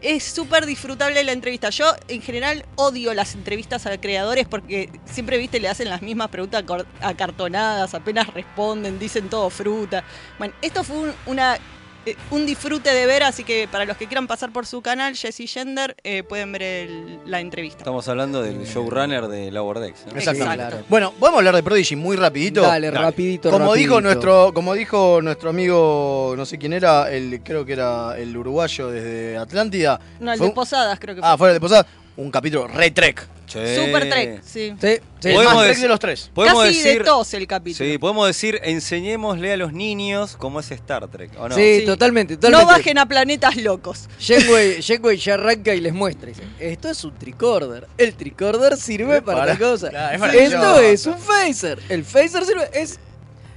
C: Es súper disfrutable la entrevista. Yo en general odio las entrevistas a creadores porque siempre, viste, le hacen las mismas preguntas acor- acartonadas, apenas responden, dicen todo fruta. Bueno, esto fue un, una, eh, un disfrute de ver, así que para los que quieran pasar por su canal, Jesse Gender, eh, pueden ver el- la entrevista.
D: Estamos hablando del showrunner de ¿eh? Lower Decks. ¿no?
A: Exacto. no. Bueno, vamos a hablar de Prodigy muy rapidito.
B: Dale, rapidito,
A: Como dijo
B: rapidito.
A: nuestro, como dijo nuestro amigo, no sé quién era, el, creo que era el uruguayo desde Atlántida.
C: No, el
A: Fue
C: de
A: un-
C: Posadas creo que fue.
A: Ah, fuera de Posada, un capítulo re Trek.
D: Che.
C: Super Trek, sí.
B: Sí, sí. Ah,
A: El
D: Podemos
A: más Trek
D: decir-
A: de los tres.
D: Eh. Podemos
C: Casi
D: decir,
C: de tos el capítulo.
D: sí, podemos decir, enseñémosle a los niños cómo es Star Trek, ¿o no?
B: Sí,
C: Sí.
B: totalmente,
C: No
B: totalmente.
C: bajen a planetas locos.
B: Janeway, Janeway ya arranca y les muestra. y dice, esto es un tricorder. El tricorder sirve
A: Eh,
B: para,
A: para-
B: tal cosa.
A: Claro, es
B: esto
A: maravilloso.
B: es un phaser. El phaser sirve... Es,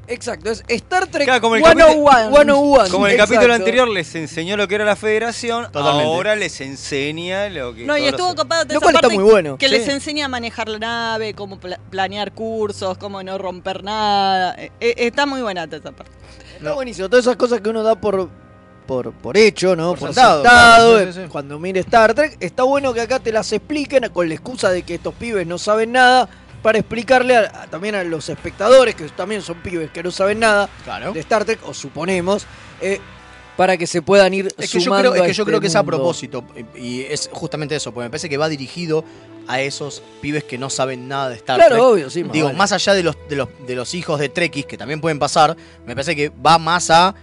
B: exacto, es Star Trek
D: Claro, como el
B: 101.
C: capítulo-
B: 101,
D: Como en el
B: exacto.
D: capítulo anterior les enseñó lo que era la federación,
A: Totalmente.
D: ahora les enseña lo que...
C: No, y
D: todos
C: estuvo
D: los-
C: copado de
B: Lo
C: esa
B: cual está
C: parte
B: muy bueno,
C: Que
B: sí.
C: les enseña a manejar la nave, cómo pla- planear cursos, cómo no romper nada. Eh, eh, está muy buena toda esa parte.
B: Está buenísimo. Todas esas cosas que uno da por, por, por hecho, ¿no?
A: Por
B: Por,
A: sentado,
B: sentado. eh,
A: claro, sí, sí, sí.
B: Cuando mire Star Trek, está bueno que acá te las expliquen con la excusa de que estos pibes no saben nada. Para explicarle a- a- también a los espectadores, que también son pibes que no saben nada
A: Claro.
B: de Star Trek, o suponemos, eh, para que se puedan ir
A: Es que yo
B: sumando
A: creo, es, que,
B: este
A: yo creo que es a
B: mundo.
A: propósito. y- Y es justamente eso, porque me parece que va dirigido a esos pibes que no saben nada de Star Trek.
B: Claro, obvio, sí.
A: Digo,
B: vale.
A: más allá de los, de, los, de los hijos de Trekkies, que también pueden pasar, me parece que va más a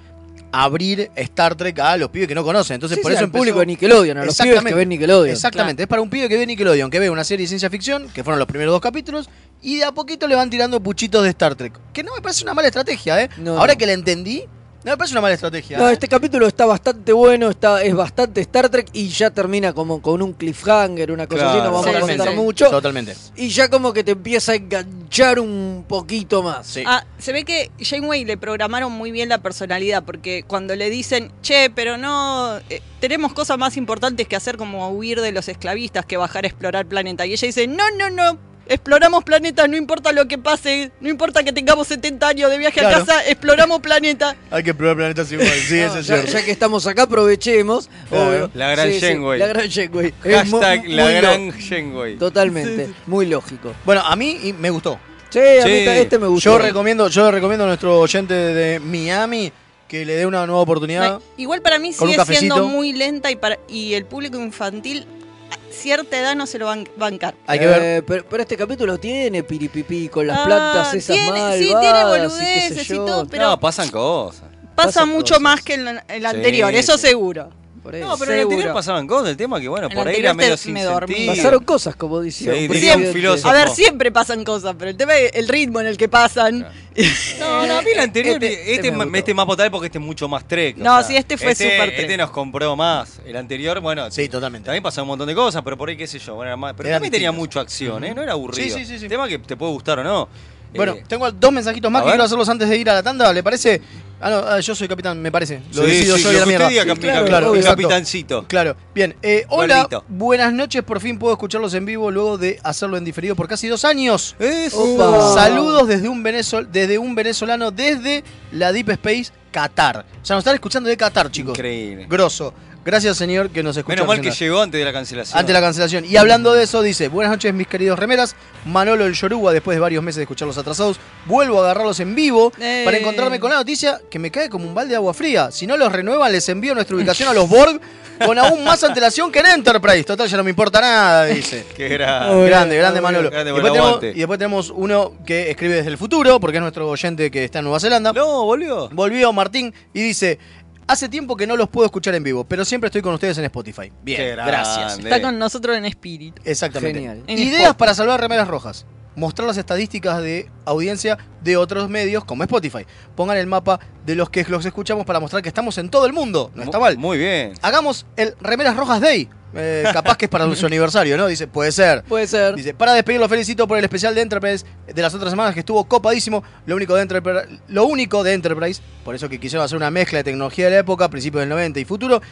A: abrir Star Trek a los pibes que no conocen. Entonces,
B: Sí,
A: por
B: sí,
A: eso
B: al
A: empezó-
B: público de Nickelodeon, a los pibes que
A: Exactamente.
B: ven Nickelodeon.
A: Exactamente, es para un pibe que ve Nickelodeon, que ve una serie de ciencia ficción, que fueron los primeros dos capítulos, y de a poquito le van tirando puchitos de Star Trek. Que no me parece una mala estrategia, ¿eh?
B: No,
A: Ahora
B: no.
A: que la entendí, no me parece una mala estrategia.
B: No,
A: ¿eh?
B: este capítulo está bastante bueno, está, es bastante Star Trek y ya termina como con un cliffhanger, una cosa así, no
D: Claro.
B: vamos a
C: Totalmente.
B: contar mucho.
A: Totalmente.
B: Y ya como que te empieza a enganchar un poquito más.
A: Sí.
C: Ah, se ve que Janeway le programaron muy bien la personalidad, porque cuando le dicen, che, pero no, eh, tenemos cosas más importantes que hacer como huir de los esclavistas que bajar a explorar planeta. Y ella dice, no, no, no, exploramos planeta, no importa lo que pase, no importa que tengamos 70 años de viaje
A: Claro.
C: a casa, exploramos planeta.
A: Hay que probar planetas igual, sí,
B: No,
A: eso es
B: ya,
A: cierto.
B: ya que estamos acá, aprovechemos.
A: Claro.
B: obvio.
D: La gran Janeway.
B: la gran Janeway. Es mu-
D: Hashtag
B: muy
D: la
B: lo-
D: gran Genway.
B: Totalmente, muy lógico.
A: Bueno, a mí y me gustó.
B: Sí, a
D: Sí.
B: mí ta- este me gustó.
A: Yo recomiendo, yo recomiendo a nuestro oyente de Miami que le dé una nueva oportunidad.
C: No, igual para mí
A: Con un
C: sigue siendo
A: cafecito.
C: muy lenta y, para, y el público infantil a cierta edad no se lo van a bancar.
A: Hay que ver.
B: Eh, pero, pero este capítulo tiene piripipí con las
C: Ah,
B: plantas esas
C: tiene-
B: malvadas
C: sí, tiene
B: y qué sé
C: boludeces y
B: yo.
C: todo, pero-
D: No, pasan cosas.
C: Pasa
B: Pasa
C: mucho
B: cosas.
C: más que en la- el
D: Sí,
C: anterior, eso
D: sí.
C: seguro.
B: Por eso.
D: No, pero en el
C: Seguro.
D: anterior pasaban cosas. El tema que, bueno,
C: En
D: por
C: el
D: ahí era
C: anterior
D: medio
C: te-
D: sin
C: me dormí.
D: sentido.
B: Pasaron cosas, como decía.
D: Sí, diría
B: un
D: un
B: presidente.
D: filósofo.
C: A ver,
D: Ojo.
C: siempre pasan cosas, pero el tema es el ritmo en el que pasan.
D: Claro. No, no, a mí el anterior,
B: Este-
D: este, este,
B: este me
D: ma-
B: gustó.
D: este más potable porque este es mucho más trek. o
C: No,
D: sea,
C: sí, este fue súper Trek.
D: Este nos compró más. El anterior, bueno,
A: Sí, totalmente.
D: también pasó un montón de cosas, pero por ahí qué sé yo. bueno, era más- pero
A: Eran
D: también tenía
A: distintos.
D: mucha acción, ¿eh? No era aburrido.
A: Sí, sí, sí, sí.
D: Tema que te puede gustar o no.
A: Bueno,
D: Eh,
A: tengo dos mensajitos más
D: a
A: que
D: ver.
A: quiero hacerlos antes de ir a la tanda, ¿le parece? Ah, no, ah, yo soy capitán, me parece. Lo
D: sí,
A: decido
D: sí,
A: yo
D: lo
A: y la
D: que
A: mierda.
D: usted diga,
A: Sí,
D: capi-
A: claro,
D: capi-
A: claro,
D: capi-
A: exacto.
D: capitancito.
A: Claro, bien. Eh, hola,
D: Gordito.
A: buenas noches, por fin puedo escucharlos en vivo luego de hacerlo en diferido por casi dos años.
D: Eso.
B: Opa.
A: Saludos desde un, venezol- desde un venezolano desde la Deep Space Qatar. O sea, nos están escuchando de Qatar, chicos.
D: Increíble.
A: Grosso. Gracias, señor, que nos escuchó.
D: Menos mal que
A: antes de
D: llegó antes de la
A: la-
D: cancelación.
A: Ante la cancelación. Y hablando de eso, dice: Buenas noches, mis queridos remeras. Manolo el Yoruba, después de varios meses de escucharlos atrasados, vuelvo a agarrarlos en vivo
C: Eh.
A: para encontrarme con la noticia que me cae como un balde de agua fría. Si no los renuevan, les envío nuestra ubicación a los Borg con aún más antelación que en Enterprise. Total, ya no me importa nada, dice.
D: Qué grande.
B: Muy
A: grande,
B: bien,
A: grande
B: muy
A: Manolo.
B: bien.
D: Grande,
A: y,
D: Manolo,
A: después tenemos,
D: aguante.
A: y después tenemos uno que escribe desde el futuro, porque es nuestro oyente que está en Nueva Zelanda.
D: No, volvió.
A: Volvió Martín y dice: Hace tiempo que no los puedo escuchar en vivo, pero siempre estoy con ustedes en Spotify.
D: Qué
A: Bien,
D: grande.
A: gracias.
C: Está con nosotros en espíritu.
A: Exactamente.
B: Genial.
C: En
A: Ideas
C: Spotify.
A: para salvar remeras rojas. Mostrar las estadísticas de audiencia de otros medios como Spotify. Pongan el mapa de los que los escuchamos para mostrar que estamos en todo el mundo. No está mal.
D: Muy bien.
A: Hagamos el Remeras Rojas Day. Eh, capaz que es para su aniversario, ¿no? Dice, puede ser.
B: Puede ser.
A: Dice, para despedirlo felicito por el especial de Enterprise de las otras semanas que estuvo copadísimo. Lo único de Enterprise, lo único de Enterprise, por eso que quisieron hacer una mezcla de tecnología de la época, principios del 90 y futuro,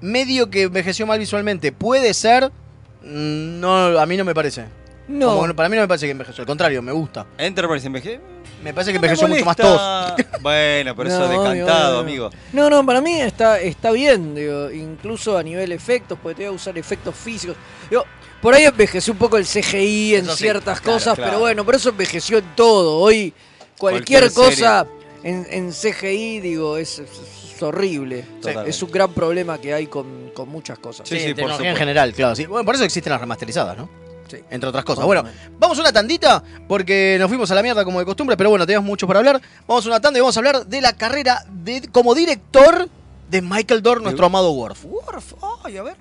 A: medio que envejeció mal visualmente. Puede ser, Mm, no, a mí no me parece.
B: No.
A: Como no- para mí no me parece que envejeció, al contrario, me gusta.
D: Enterprise enveje.
A: Me parece que
D: No me
A: envejeció mucho más tos.
D: molesta. Bueno, pero eso
B: No,
D: es
B: obvio,
D: decantado,
B: obvio.
D: amigo.
B: No, no, para mí está, está bien, digo, incluso a nivel efectos, porque te voy a usar efectos físicos. Digo, por ahí envejeció un poco el CGI en
A: Eso sí,
B: ciertas
D: claro,
B: cosas,
D: claro.
B: pero bueno, por eso envejeció en todo. Hoy cualquier,
D: Cualquier
B: cosa en, en CGI, digo, es, es- es horrible.
D: Totalmente.
B: Es un gran problema que hay con, con muchas cosas.
D: Sí, sí, por
A: tecnología en
D: supuesto.
A: general, claro. sí. Bueno, por eso existen las remasterizadas, ¿no?
B: Sí.
A: Entre otras cosas. Bueno, Vamos a una tandita, porque nos fuimos a la mierda como de costumbre, pero bueno, tenemos mucho para hablar. Vamos a una tanda y vamos a hablar de la carrera de, como director de Michael Dorn, nuestro amado Worf.
D: Worf, ay, a ver.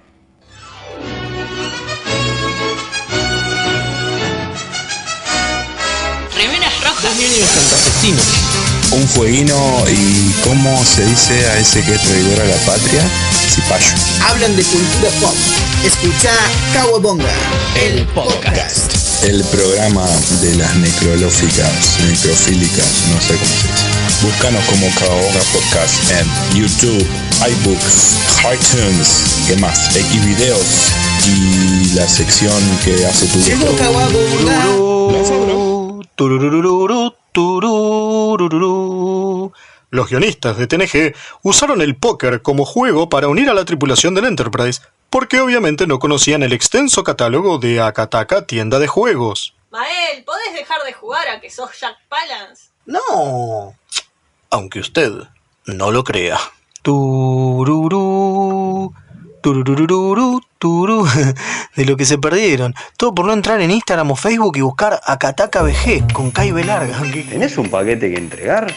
H: Remeras rojas.
I: Un jueguino y cómo se dice a ese que es traidor a la patria, cipayo.
J: Hablan de cultura pop. Escucha Kawabonga, el podcast.
I: El programa de las necrolóficas, necrofílicas, no sé cómo se dice. Búscanos como Cabahoga Podcast en YouTube, iBooks, iTunes, ¿qué más? X videos y la sección que hace tu
J: Llegó Kawabonga.
K: Turururururu, turururururu. Los guionistas de TNG usaron el póker como juego para unir a la tripulación del Enterprise, porque obviamente no conocían el extenso catálogo de Akataka Tienda de Juegos.
H: Mael, ¿podés dejar de jugar a que sos Jack Palance?
K: No. Aunque usted no lo crea. Tururú. Tururururú, turú. De lo que se perdieron. Todo por no entrar en Instagram o Facebook y buscar a Kataka BG con Kai B larga.
F: ¿Tenés un paquete que entregar?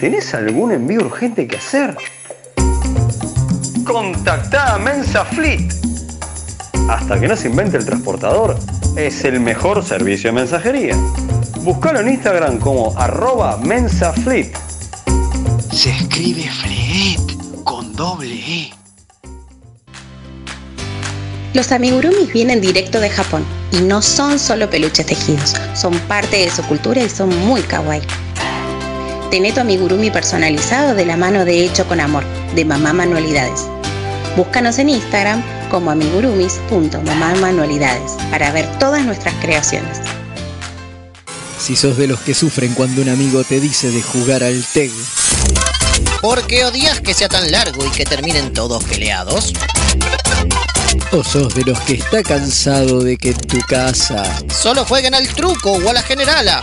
F: ¿Tenés algún envío urgente que hacer? Contactá a Mensa Fleet. Hasta que no se invente el transportador, es el mejor servicio de mensajería. Buscalo en Instagram como arroba mensafleet.
J: Se escribe Fred con doble E.
H: Los amigurumis vienen directo de Japón y no son solo peluches tejidos, son parte de su cultura y son muy kawaii. Tené tu amigurumi personalizado de la mano de Hecho con Amor, de Mamá Manualidades. Búscanos en Instagram como amigurumis.mamamanualidades para ver todas nuestras creaciones.
B: Si sos de los que sufren cuando un amigo te dice de jugar al TEG,
J: ¿Por qué odias que sea tan largo y que terminen todos peleados?
B: o sos de los que está cansado de que en tu casa
J: Solo jueguen al truco o a la generala.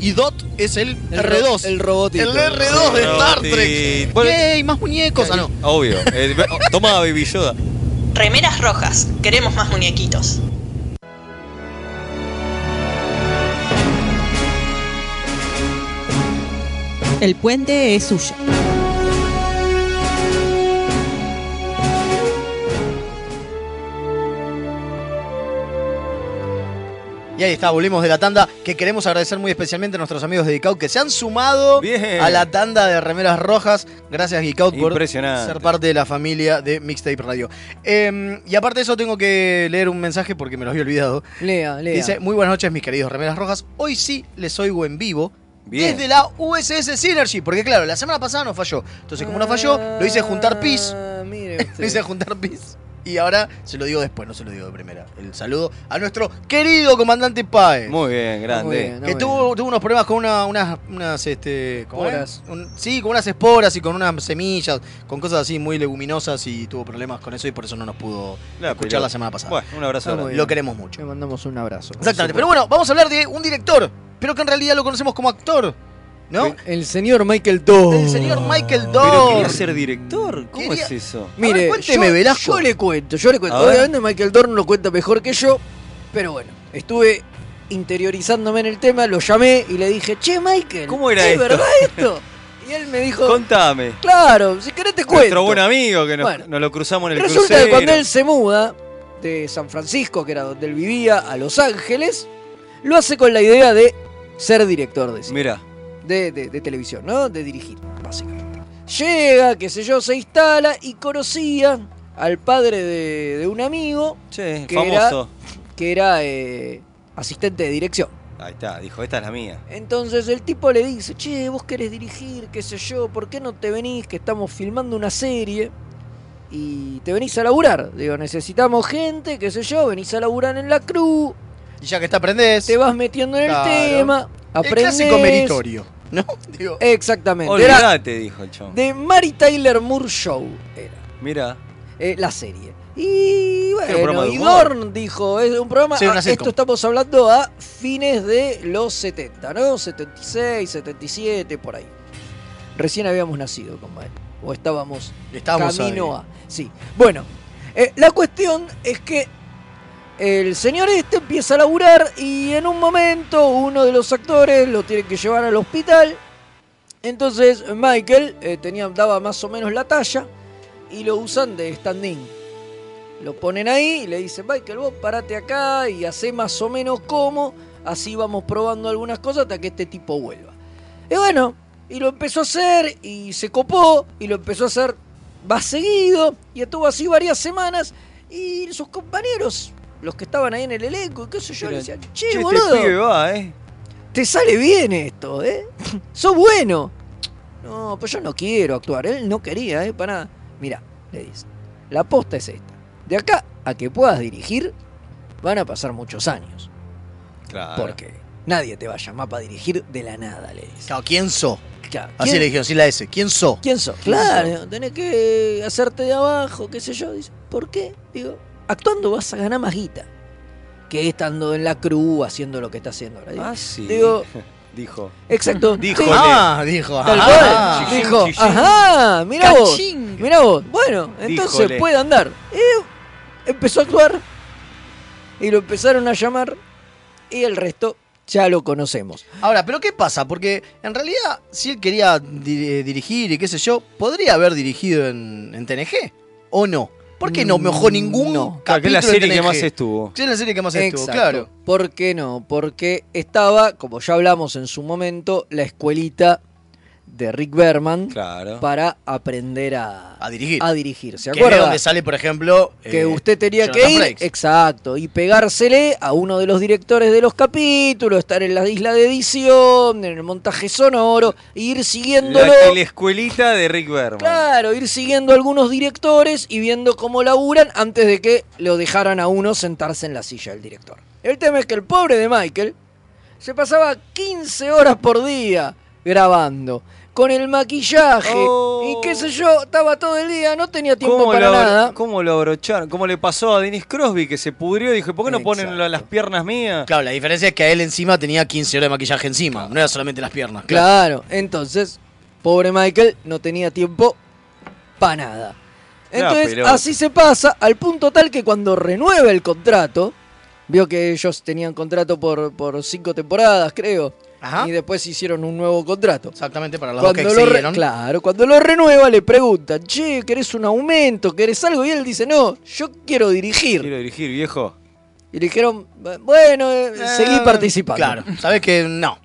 A: Y Dot es el,
B: El ro-
A: R2.
B: el robotito.
A: El R2 de Star
D: Robotito.
A: Trek.
D: Bueno,
A: Yay, más muñecos. Ah, no.
D: Obvio. El- toma Baby Yoda.
H: Remeras rojas, queremos más muñequitos.
L: El puente es suyo.
A: Y ahí está, volvimos de la tanda, que queremos agradecer muy especialmente a nuestros amigos de Geekout que se han sumado
D: Bien.
A: a la tanda de remeras rojas. Gracias Geekout por
D: Eh, Impresionante.
A: ser parte de la familia de Mixtape Radio. Em, y aparte de eso tengo que leer un mensaje porque me lo había olvidado.
B: Lea, lea.
A: Dice, muy buenas noches mis queridos remeras rojas, hoy sí les oigo en vivo.
D: Bien.
A: Desde la USS Synergy, porque claro, la semana pasada no falló. Entonces, como no falló, lo hice juntar pis.
B: Ah, mire
A: Lo hice
B: usted.
A: juntar pis. Y ahora se lo digo después, no se lo digo de primera. El saludo a nuestro querido comandante Paez.
D: Muy bien, grande.
B: Muy bien, no,
A: que
B: Ah, bueno.
A: tuvo, tuvo unos problemas con una- unas, unas este, ¿cómo era?
B: Esporas.
A: Un- sí, con unas esporas y con unas semillas, con cosas así muy leguminosas y tuvo problemas con eso y por eso no nos pudo
D: La
A: escuchar
D: pelota.
A: la semana pasada.
D: Bueno, un abrazo.
B: Ah,
D: grande.
B: muy bien.
A: Lo queremos mucho.
B: Le mandamos un abrazo.
A: Exactamente. Pero bueno, vamos a hablar de un director, pero que en realidad lo conocemos como actor, ¿no?
B: El señor Michael Doe.
A: El señor Michael
D: Pero
A: Dorr.
D: quería ser director. ¿Cómo
A: Quería-
D: es eso?
A: A ver,
B: Mire,
A: cuénteme,
B: yo,
A: Velasco.
B: yo le cuento, yo le cuento.
D: A ver.
B: Obviamente Michael Dorn lo cuenta mejor que yo, pero bueno, estuve interiorizándome en el tema, lo llamé y le dije, che, Michael,
D: ¿Cómo era
B: ¿es
D: esto?"
B: verdad esto? Y él me dijo,
D: Contame.
B: claro, si querés te cuento.
D: Nuestro buen amigo que nos,
B: Bueno.
D: nos lo cruzamos en el
B: Resulta que
D: crucero.
B: cuando él se muda de San Francisco, que era donde él vivía, a Los Ángeles, lo hace con la idea de ser director de cine.
D: Mira,
B: de, de- de televisión, ¿no? De dirigir, básicamente. Llega, qué sé yo, se instala y conocía al padre de, de un amigo
D: che,
B: Que
D: famoso.
B: que era eh, asistente de dirección.
D: Ahí está, dijo, esta es la mía.
B: Entonces el tipo le dice, che, vos querés dirigir, qué sé yo, ¿por qué no te venís? Que estamos filmando una serie y te venís a laburar. Digo, necesitamos gente, qué sé yo, venís a laburar en la cruz,
A: Y ya que te aprendés,
B: te vas metiendo en el
A: Claro.
B: tema,
A: el
B: aprendés.
A: clásico meritorio, ¿no? Digo,
B: Exactamente. Era
D: Olvídate, dijo el chon.
B: de Mary Tyler Moore Show. Era.
D: Mira,
B: eh, la serie. Y
D: Era un programa
B: bueno,
D: de
B: y
D: humor.
B: Dorn dijo, es un programa,
A: Sí, una
B: ah,
A: sitcom.
B: esto estamos hablando a fines de los 70, ¿no? 76, 77, por ahí. Recién habíamos nacido con Mael, o estábamos
A: estábamos
B: camino
A: ahí.
B: a... Sí, bueno, eh, la cuestión es que el señor este empieza a laburar y en un momento uno de los actores lo tiene que llevar al hospital. Entonces Michael eh, tenía, daba más o menos la talla y lo usan de stand-in. Lo ponen ahí y le dicen, Michael, vos parate acá y hacé más o menos como. Así vamos probando algunas cosas hasta que este tipo vuelva. Y bueno, y lo empezó a hacer y se copó y lo empezó a hacer más seguido y estuvo así varias semanas y sus compañeros, los que estaban ahí en el elenco y qué sé yo, le
D: Pero,
B: decían,
D: che,
B: che,
D: este
B: boludo,
D: pibe va, ¿eh?
B: te sale bien esto, ¿eh? Sos bueno. No, pues yo no quiero actuar. Él no quería, ¿eh? Para nada. Mirá, le dice. La aposta es esta. De acá a que puedas dirigir, van a pasar muchos años.
D: Claro.
B: Porque nadie te va a llamar para dirigir de la nada, le dice.
A: Claro, ¿quién sos?
B: Claro,
A: Así
B: ¿quién-
A: le dijeron, sí la S, ¿quién sos?
B: ¿Quién sos? Claro, tenés que hacerte de abajo, qué sé yo. Dice, ¿por qué? Digo, actuando vas a ganar más guita que estando en la cruz haciendo lo que está haciendo ahora. Digo,
D: Ah, sí.
B: Digo-
D: dijo.
B: Exacto.
D: Dijo,
B: sí.
A: Ah, dijo.
B: Tal
A: ah,
B: cual.
A: ah.
D: Chiquín,
B: Dijo,
D: chiquín.
B: ajá, mira vos.
C: Cachín.
B: Mira vos. Bueno, entonces
D: Díjole.
B: puede andar. Y empezó a actuar. Y lo empezaron a llamar. Y el resto ya lo conocemos.
A: Ahora, ¿pero qué pasa? Porque en realidad, si él quería di- eh, dirigir y qué sé yo, podría haber dirigido en, en TNG, ¿o no? ¿Por qué no mejor ningún
B: Mm, No.
A: capítulo
D: Claro, que es la
A: de
D: serie que
A: TNG?
D: más estuvo.
A: Sí, Es la serie que más estuvo,
B: Exacto.
A: claro.
B: ¿Por qué no? Porque estaba, como ya hablamos en su momento, la escuelita de Rick Berman
D: Claro.
B: para aprender a,
A: A dirigir.
B: a dirigir.
A: que
B: ¿Se
A: es de
B: acuerdan?
A: donde sale, por ejemplo...
B: Ah, que
A: eh,
B: usted tenía
A: Jonathan
B: que ir,
A: Frakes.
B: exacto, y pegársele a uno de los directores de los capítulos, estar en la isla de edición, en el montaje sonoro, e ir siguiéndolo.
D: La teleescuelita de Rick Berman.
B: Claro, ir siguiendo a algunos directores y viendo cómo laburan antes de que lo dejaran a uno sentarse en la silla del director. El tema es que el pobre de Michael se pasaba 15 horas por día grabando. Con el maquillaje
D: Oh.
B: y qué sé yo, estaba todo el día, no tenía tiempo
D: ¿Cómo
B: para
D: lo, abro-
B: nada.
D: ¿Cómo lo abrocharon? ¿Cómo le pasó a Dennis Crosby que se pudrió? Dije, ¿por qué no ponen
B: Exacto.
D: lo- las piernas mías?
A: Claro, la diferencia es que a él encima tenía 15 horas de maquillaje encima, no era solamente las piernas. Claro.
B: Claro, entonces, pobre Michael no tenía tiempo para nada.
D: La
B: Entonces,
D: pelota.
B: así se pasa, al punto tal que cuando renueva el contrato, vio que ellos tenían contrato por, por cinco temporadas, creo.
A: Ajá.
B: y después hicieron un nuevo contrato.
A: Exactamente, para las Ah. dos que
B: Cuando lo re-
A: exigieron.
B: claro, cuando lo renueva le preguntan, che, ¿querés un aumento? ¿Querés algo? Y él dice, no, yo quiero dirigir.
D: Quiero dirigir, viejo.
B: Y le dijeron, bueno, eh, seguí
A: Eh,
B: participando.
A: Claro, sabes que no.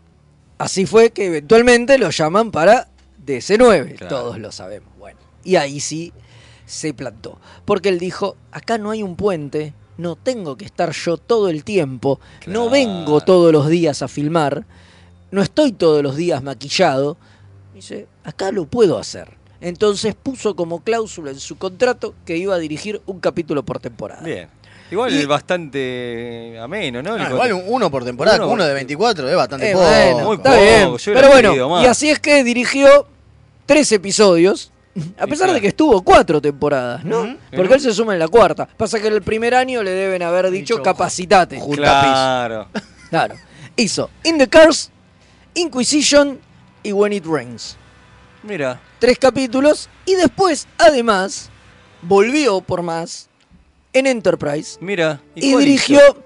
B: Así fue que eventualmente lo llaman para DC9,
D: Claro.
B: todos lo sabemos. Bueno, y ahí sí se plantó, porque él dijo, acá no hay un puente, no tengo que estar yo todo el tiempo,
D: Claro.
B: no vengo todos los días a filmar, no estoy todos los días maquillado, dice, acá lo puedo hacer. Entonces puso como cláusula en su contrato que iba a dirigir un capítulo por temporada.
D: Bien. Igual
B: Y-
D: bastante eh, ameno, ¿no? El
A: Ah,
D: contra-
A: igual un- uno por temporada,
D: Uno
A: uno,
D: por-
A: de 24, es bastante
B: Eh,
A: poco.
B: bueno,
D: Muy
B: está
D: poco,
B: bien.
D: yo hubiera
B: Pero
D: querido
B: bueno,
D: más.
B: y así es que dirigió tres episodios, a
D: Y
B: pesar
D: claro.
B: de que estuvo cuatro temporadas, ¿no?
A: Ujú.
B: Porque él se suma en la cuarta. Pasa que en el primer año le deben haber dicho,
A: Dicho,
B: capacitate.
A: ju- un
D: Claro.
B: Claro. Hizo In the Cars, Inquisition y When It Rains.
D: Mira.
B: Tres capítulos y después, además, volvió por más en Enterprise
D: Mira.
B: y,
D: cuál
B: dirigió
D: hizo?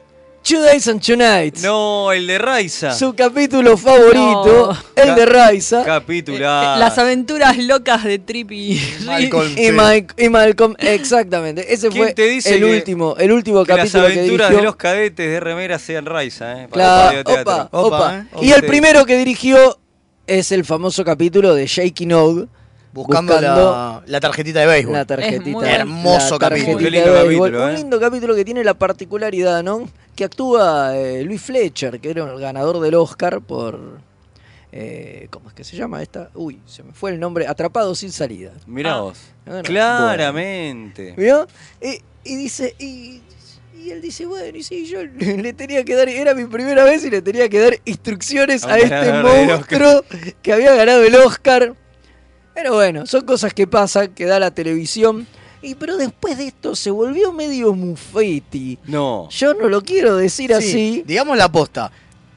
B: Two Days and Two Nights.
D: No, el de Raiza.
B: Su capítulo favorito,
C: No.
B: el de Raiza. Eh,
D: Capitular.
C: Las aventuras locas de Trippy.
A: Malcolm,
B: Y,
A: sí.
B: Mike- y Malcolm, exactamente. Ese
D: ¿Quién
B: fue
D: te dice
B: el
D: que-
B: último, el último
D: que las
B: capítulo que
D: aventuras
B: dirigió.
D: de los cadetes de remera sean Raiza, ¿eh?
B: Claro,
D: el radioteatro.
B: opa,
A: Opa,
B: opa.
A: eh.
B: Y
D: Opa.
B: el primero que dirigió es el famoso capítulo de Shaky Nog,
A: buscando la, la tarjetita de béisbol.
B: la
C: Es muy
B: tarjetita.
C: bueno.
A: Hermoso capítulo.
B: la tarjetita
D: Qué lindo
B: de béisbol.
D: capítulo,
B: Un
D: eh.
B: lindo capítulo que tiene la particularidad, ¿no? Que actúa eh, Luis Fletcher, que era el ganador del Oscar por... eh, ¿Cómo es que se llama esta? Uy, se me fue el nombre. Atrapado sin salida.
D: Mirá
C: Ah.
D: vos.
B: Bueno,
D: Claramente.
B: ¿Vio? Y, y dice, y, y él dice, bueno, y sí, yo le tenía que dar, era mi primera vez y le tenía que dar instrucciones a
D: A un
B: este
D: ganador del
B: monstruo que había ganado el Oscar. Pero bueno, son cosas que pasan, que da la televisión. Y pero después de esto se volvió medio mufeti.
D: No.
B: Yo no lo quiero decir
A: Sí,
B: así.
A: Digamos la posta.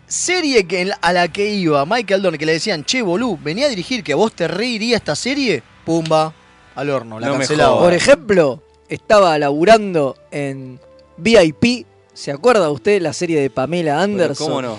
A: Serie que en la- a la que iba Michael Dorn, que le decían, che, bolú, venía a dirigir, que a vos te reiría esta serie, pumba, al horno, la
D: No me
A: cancelaba.
D: jodas.
B: Por ejemplo, estaba laburando en VIP. ¿Se acuerda usted la serie de Pamela
D: Pero
B: Anderson?
D: ¿Cómo no?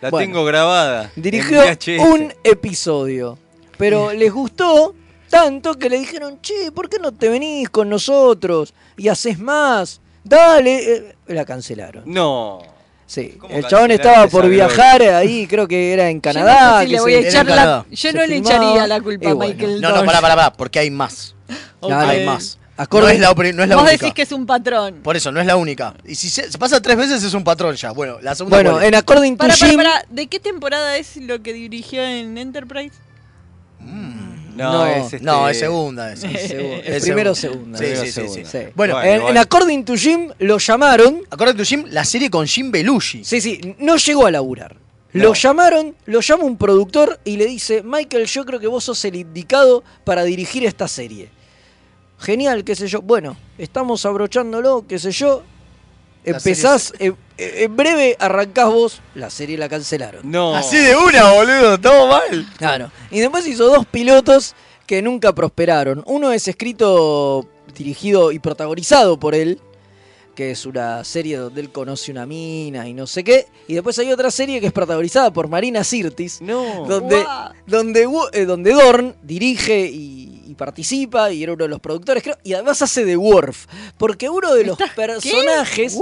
D: La
B: Bueno.
D: tengo grabada. en
B: Dirigió
D: VHS.
B: un episodio. Pero les gustó tanto que le dijeron, che, ¿por qué no te venís con nosotros y haces más? Dale. eh, La cancelaron.
D: No.
B: Sí.
D: ¿Cómo
B: El chabón
D: cancelaron
B: estaba
D: esa
B: por
D: gloria?
B: viajar ahí, creo que era en
C: Yo no
B: Canadá.
C: sé si
B: que
C: le voy
B: se-
C: a
A: era en
C: echar la,
A: Canadá.
C: yo
B: Se
C: no le
B: filmaba,
C: echaría la culpa
B: y
C: a
B: bueno.
C: Michael
A: No, no,
C: Dorn.
A: pará, pará, pará, porque hay más.
B: Claro.
A: Hay más.
B: Acorde-
A: Eh, No es la, opri- no es la
C: Vos
A: única.
C: decís que es un patrón.
A: Por eso, no es la única. Y si se, se pasa tres veces es un patrón ya. Bueno, la segunda.
B: Bueno,
A: cuál es?
B: en According to
C: Pará, pará,
B: Jim-
C: pará. ¿De qué temporada es lo que dirigió en Enterprise?
D: No,
B: No,
D: es este-
A: No, es segunda. Es. este-
B: Es segu-
A: Es
B: el primero
A: segunda.
B: segunda.
A: Sí,
D: Primero,
A: sí, sí,
D: segunda.
A: sí.
B: Sí.
A: Bueno,
B: en, en
D: igual.
B: According to Jim lo llamaron.
A: Acordate tu Jim, la serie con Jim Belushi.
B: Sí, sí, no llegó a laburar.
D: No.
B: Lo llamaron, lo llama un productor y le dice, Michael, yo creo que vos sos el indicado para dirigir esta serie. Genial, qué sé yo. Bueno, estamos abrochándolo, qué sé yo.
A: La
B: Empezás, en, en breve arrancás vos, la serie la cancelaron.
D: No.
A: Así de una, boludo, todo mal.
B: Claro. Y después hizo dos pilotos que nunca prosperaron. Uno es escrito, dirigido y protagonizado por él, que es una serie donde él conoce una mina y no sé qué. Y después hay otra serie que es protagonizada por Marina Sirtis,
D: No.
B: donde, donde, Wo- eh, donde Dorn dirige y, y participa y era uno de los productores, creo. Y además hace de Worf, porque uno de los personajes,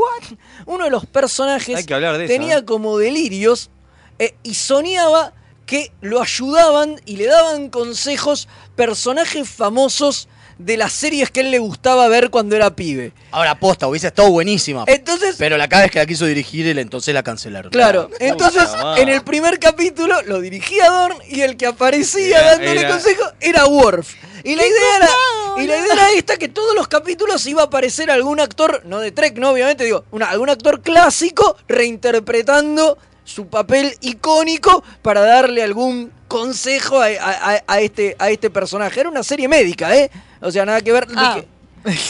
B: uno de los
D: Hay
B: personajes
D: que hablar de eso.
B: tenía
D: ¿eh?
B: como delirios eh, y soñaba que lo ayudaban y le daban consejos personajes famosos de las series que él le gustaba ver cuando era pibe.
A: Ahora, posta, hubiese estado buenísima.
B: Entonces,
A: Pero la cada vez que la quiso dirigir, él entonces la cancelaron.
B: claro, entonces
D: madre.
B: en el primer capítulo lo dirigía Dorn y el que aparecía
D: Era-
B: dándole
D: era-
B: consejos era Worf. Y la idea era y la idea era esta que todos los capítulos iba a aparecer algún actor, no de Trek, no obviamente, digo, una- algún actor clásico reinterpretando su papel icónico para darle algún consejo a, a- a- a este a este personaje. Era una serie médica, ¿eh? O sea, nada que ver.
C: Ah.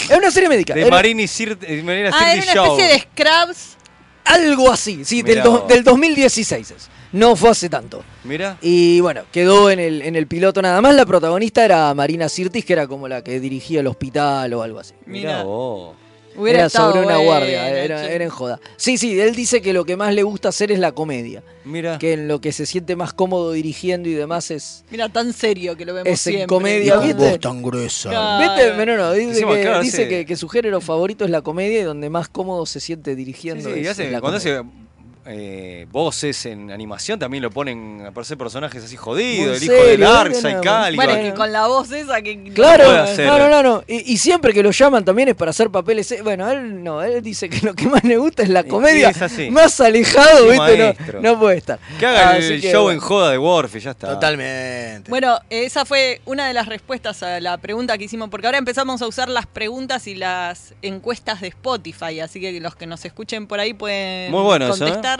B: Era una serie médica.
D: De
B: era-
D: Marini Sir- eh, Marina
C: Ah,
D: Sirtis
C: era una
D: Show.
C: especie de Scraps.
B: Algo así, sí, del,
D: Mirá
B: do-
D: vos.
B: del 2016. es. No fue hace tanto.
D: Mira.
B: Y bueno, quedó en el, en el piloto nada más. La protagonista era Marina Sirtis, que era como la que dirigía el hospital o algo así.
D: Mira vos.
C: Hubiera
B: era sobre
C: estado
B: una
C: buena,
B: guardia, era,
C: che.
B: era en joda. Sí, sí, él dice que lo que más le gusta hacer es la comedia,
D: Mira.
B: que en lo que se siente más cómodo dirigiendo y demás es...
C: Mira, tan serio que lo vemos
B: Es en
C: siempre.
B: comedia,
C: ¿no?
B: ¿viste? voz
A: tan gruesa.
C: Claro.
B: Vete, no, no, dice,
D: Ah, Encima,
B: que,
D: claro,
B: dice
D: sí.
B: que, que su género favorito es la comedia y donde más cómodo se siente
D: Sí,
B: dirigiendo.
D: sí,
B: es-
D: hace-
B: es la
D: cuando
B: comedia.
D: hace eh, voces en animación también lo ponen a aparecer personajes así jodidos, el
B: En
D: hijo de
B: serio,
D: Dark,
B: bueno,
D: Caliban.
C: Bueno, que con la voz esa que...
B: Claro,
D: puede hacer.
B: no, no, no, no. Y, y siempre que lo llaman también es para hacer papeles. eh, Bueno, él no, él dice que lo que más le gusta es la
D: Y-
B: comedia.
D: y es así.
B: Más alejado,
D: Sí,
B: ¿viste?
D: maestro.
B: No, no puede estar.
D: Que haga
B: Ah, Así
D: el
B: que,
D: show en
B: bueno.
D: joda de Worf y ya está.
A: Totalmente.
C: Bueno, esa fue una de las respuestas a la pregunta que hicimos, porque ahora empezamos a usar las preguntas y las encuestas de Spotify, así que los que nos escuchen por ahí pueden
D: Muy bueno eso, ¿eh?
C: contestarlas.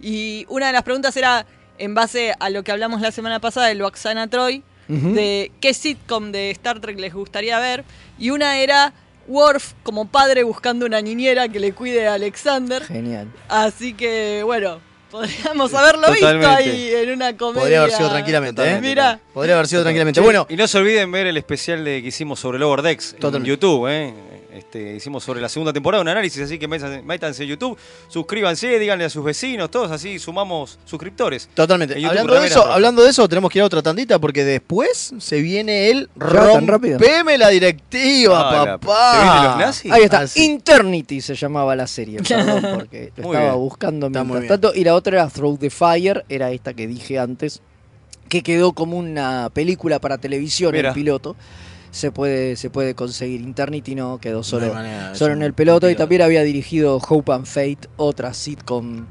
C: Y una de las preguntas era, en base a lo que hablamos la semana pasada de Loaxana Troy,
B: Ujú.
C: de qué sitcom de Star Trek les gustaría ver, y una era Worf como padre buscando una niñera que le cuide a Alexander.
B: Genial.
C: Así que, bueno, podríamos haberlo visto
D: Totalmente.
C: ahí en una comedia.
A: Podría haber sido tranquilamente, ¿eh?
D: Totalmente.
C: Mira.
A: Podría haber sido tranquilamente.
D: Che,
A: Bueno,
D: Y no se olviden ver el especial de, que hicimos sobre el Overdex en
A: Totalmente.
D: YouTube, ¿eh? Este, hicimos sobre la segunda temporada un análisis, así que métanse métanse en YouTube, suscríbanse, díganle a sus vecinos, todos así sumamos suscriptores.
A: Totalmente.
D: En YouTube,
A: Hablando de,
D: remeras
A: eso,
D: rojas.
A: hablando de eso, tenemos que ir a otra tandita porque después se viene el
B: Ya, tan rápido.
A: rompeme la directiva,
D: Ah, la-
A: papá.
D: ¿se
A: Ah,
D: vienen los nazis?
B: Ahí está.
A: Así.
B: Eternity se llamaba la serie, perdón, porque lo
D: Muy
B: estaba
D: bien.
B: buscando
A: Está muy bien.
B: mientras tanto. Y la otra era Through the Fire, era esta que dije antes, que quedó como una película para televisión,
D: Mira.
B: el piloto. Se puede, se puede conseguir. Eternity no quedó
A: No hay
B: solo,
A: manera, es
B: solo
A: un
B: en el piloto. Y
A: piloto.
B: también había dirigido Hope and Fate, otra sitcom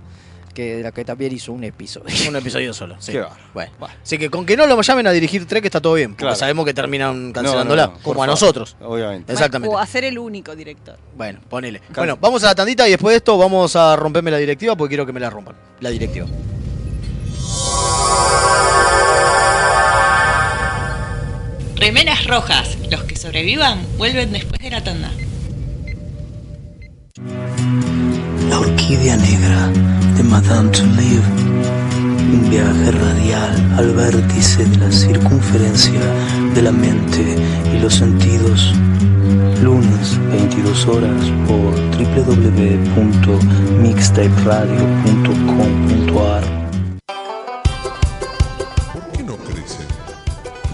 B: que, de la que también hizo un episodio.
A: Un episodio solo. Sí.
D: Qué bárbaro.
A: Bueno.
D: Bueno.
A: Así que con que no lo llamen a dirigir Trek está todo bien, porque
D: Claro.
A: sabemos que terminan
D: No,
A: cancelándola,
D: no, no, por
A: como a
D: favor,
A: nosotros.
D: Obviamente.
A: Exactamente.
C: O hacer el único director.
A: Bueno, ponele. Bueno, vamos a la tandita y después de esto vamos a romperme la directiva porque quiero que me la rompan. La directiva.
L: Remeras rojas. Los que sobrevivan vuelven después de la tanda.
J: La orquídea negra de Madame Touleau. Un viaje radial al vértice de la circunferencia de la mente y los sentidos. Lunes, 22 horas por www.mixtaperadio.com.ar
I: ¿Por qué no crecen?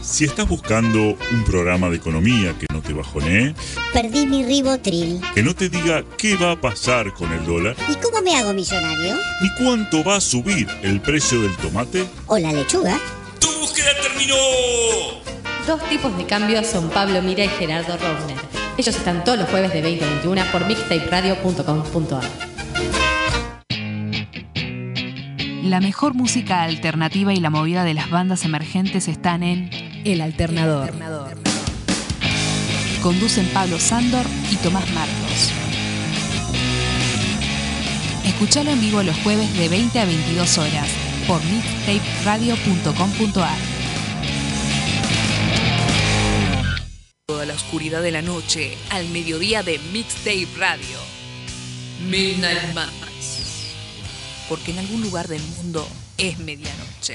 I: Si estás buscando un programa de economía que no te bajonee,
L: Perdí mi ribotril.
I: que no te diga qué va a pasar con el dólar,
L: ¿Y cómo me hago millonario?
I: ni cuánto va a subir el precio del tomate,
L: ¿O la lechuga?
I: ¡tu búsqueda terminó!
L: Dos tipos de cambios son Pablo Mira y Gerardo Rovner. Ellos están todos los jueves de 20 a 21 por mixtaperadio.com.ar. La mejor música alternativa y la movida de las bandas emergentes están en El Alternador. Conducen Pablo Sándor y Tomás Marcos. Escuchalo en vivo los jueves de 20 a 22 horas por mixtaperadio.com.ar. Toda la oscuridad de la noche al mediodía de Mixtape Radio. Midnight Mass. Porque en algún lugar del mundo es medianoche.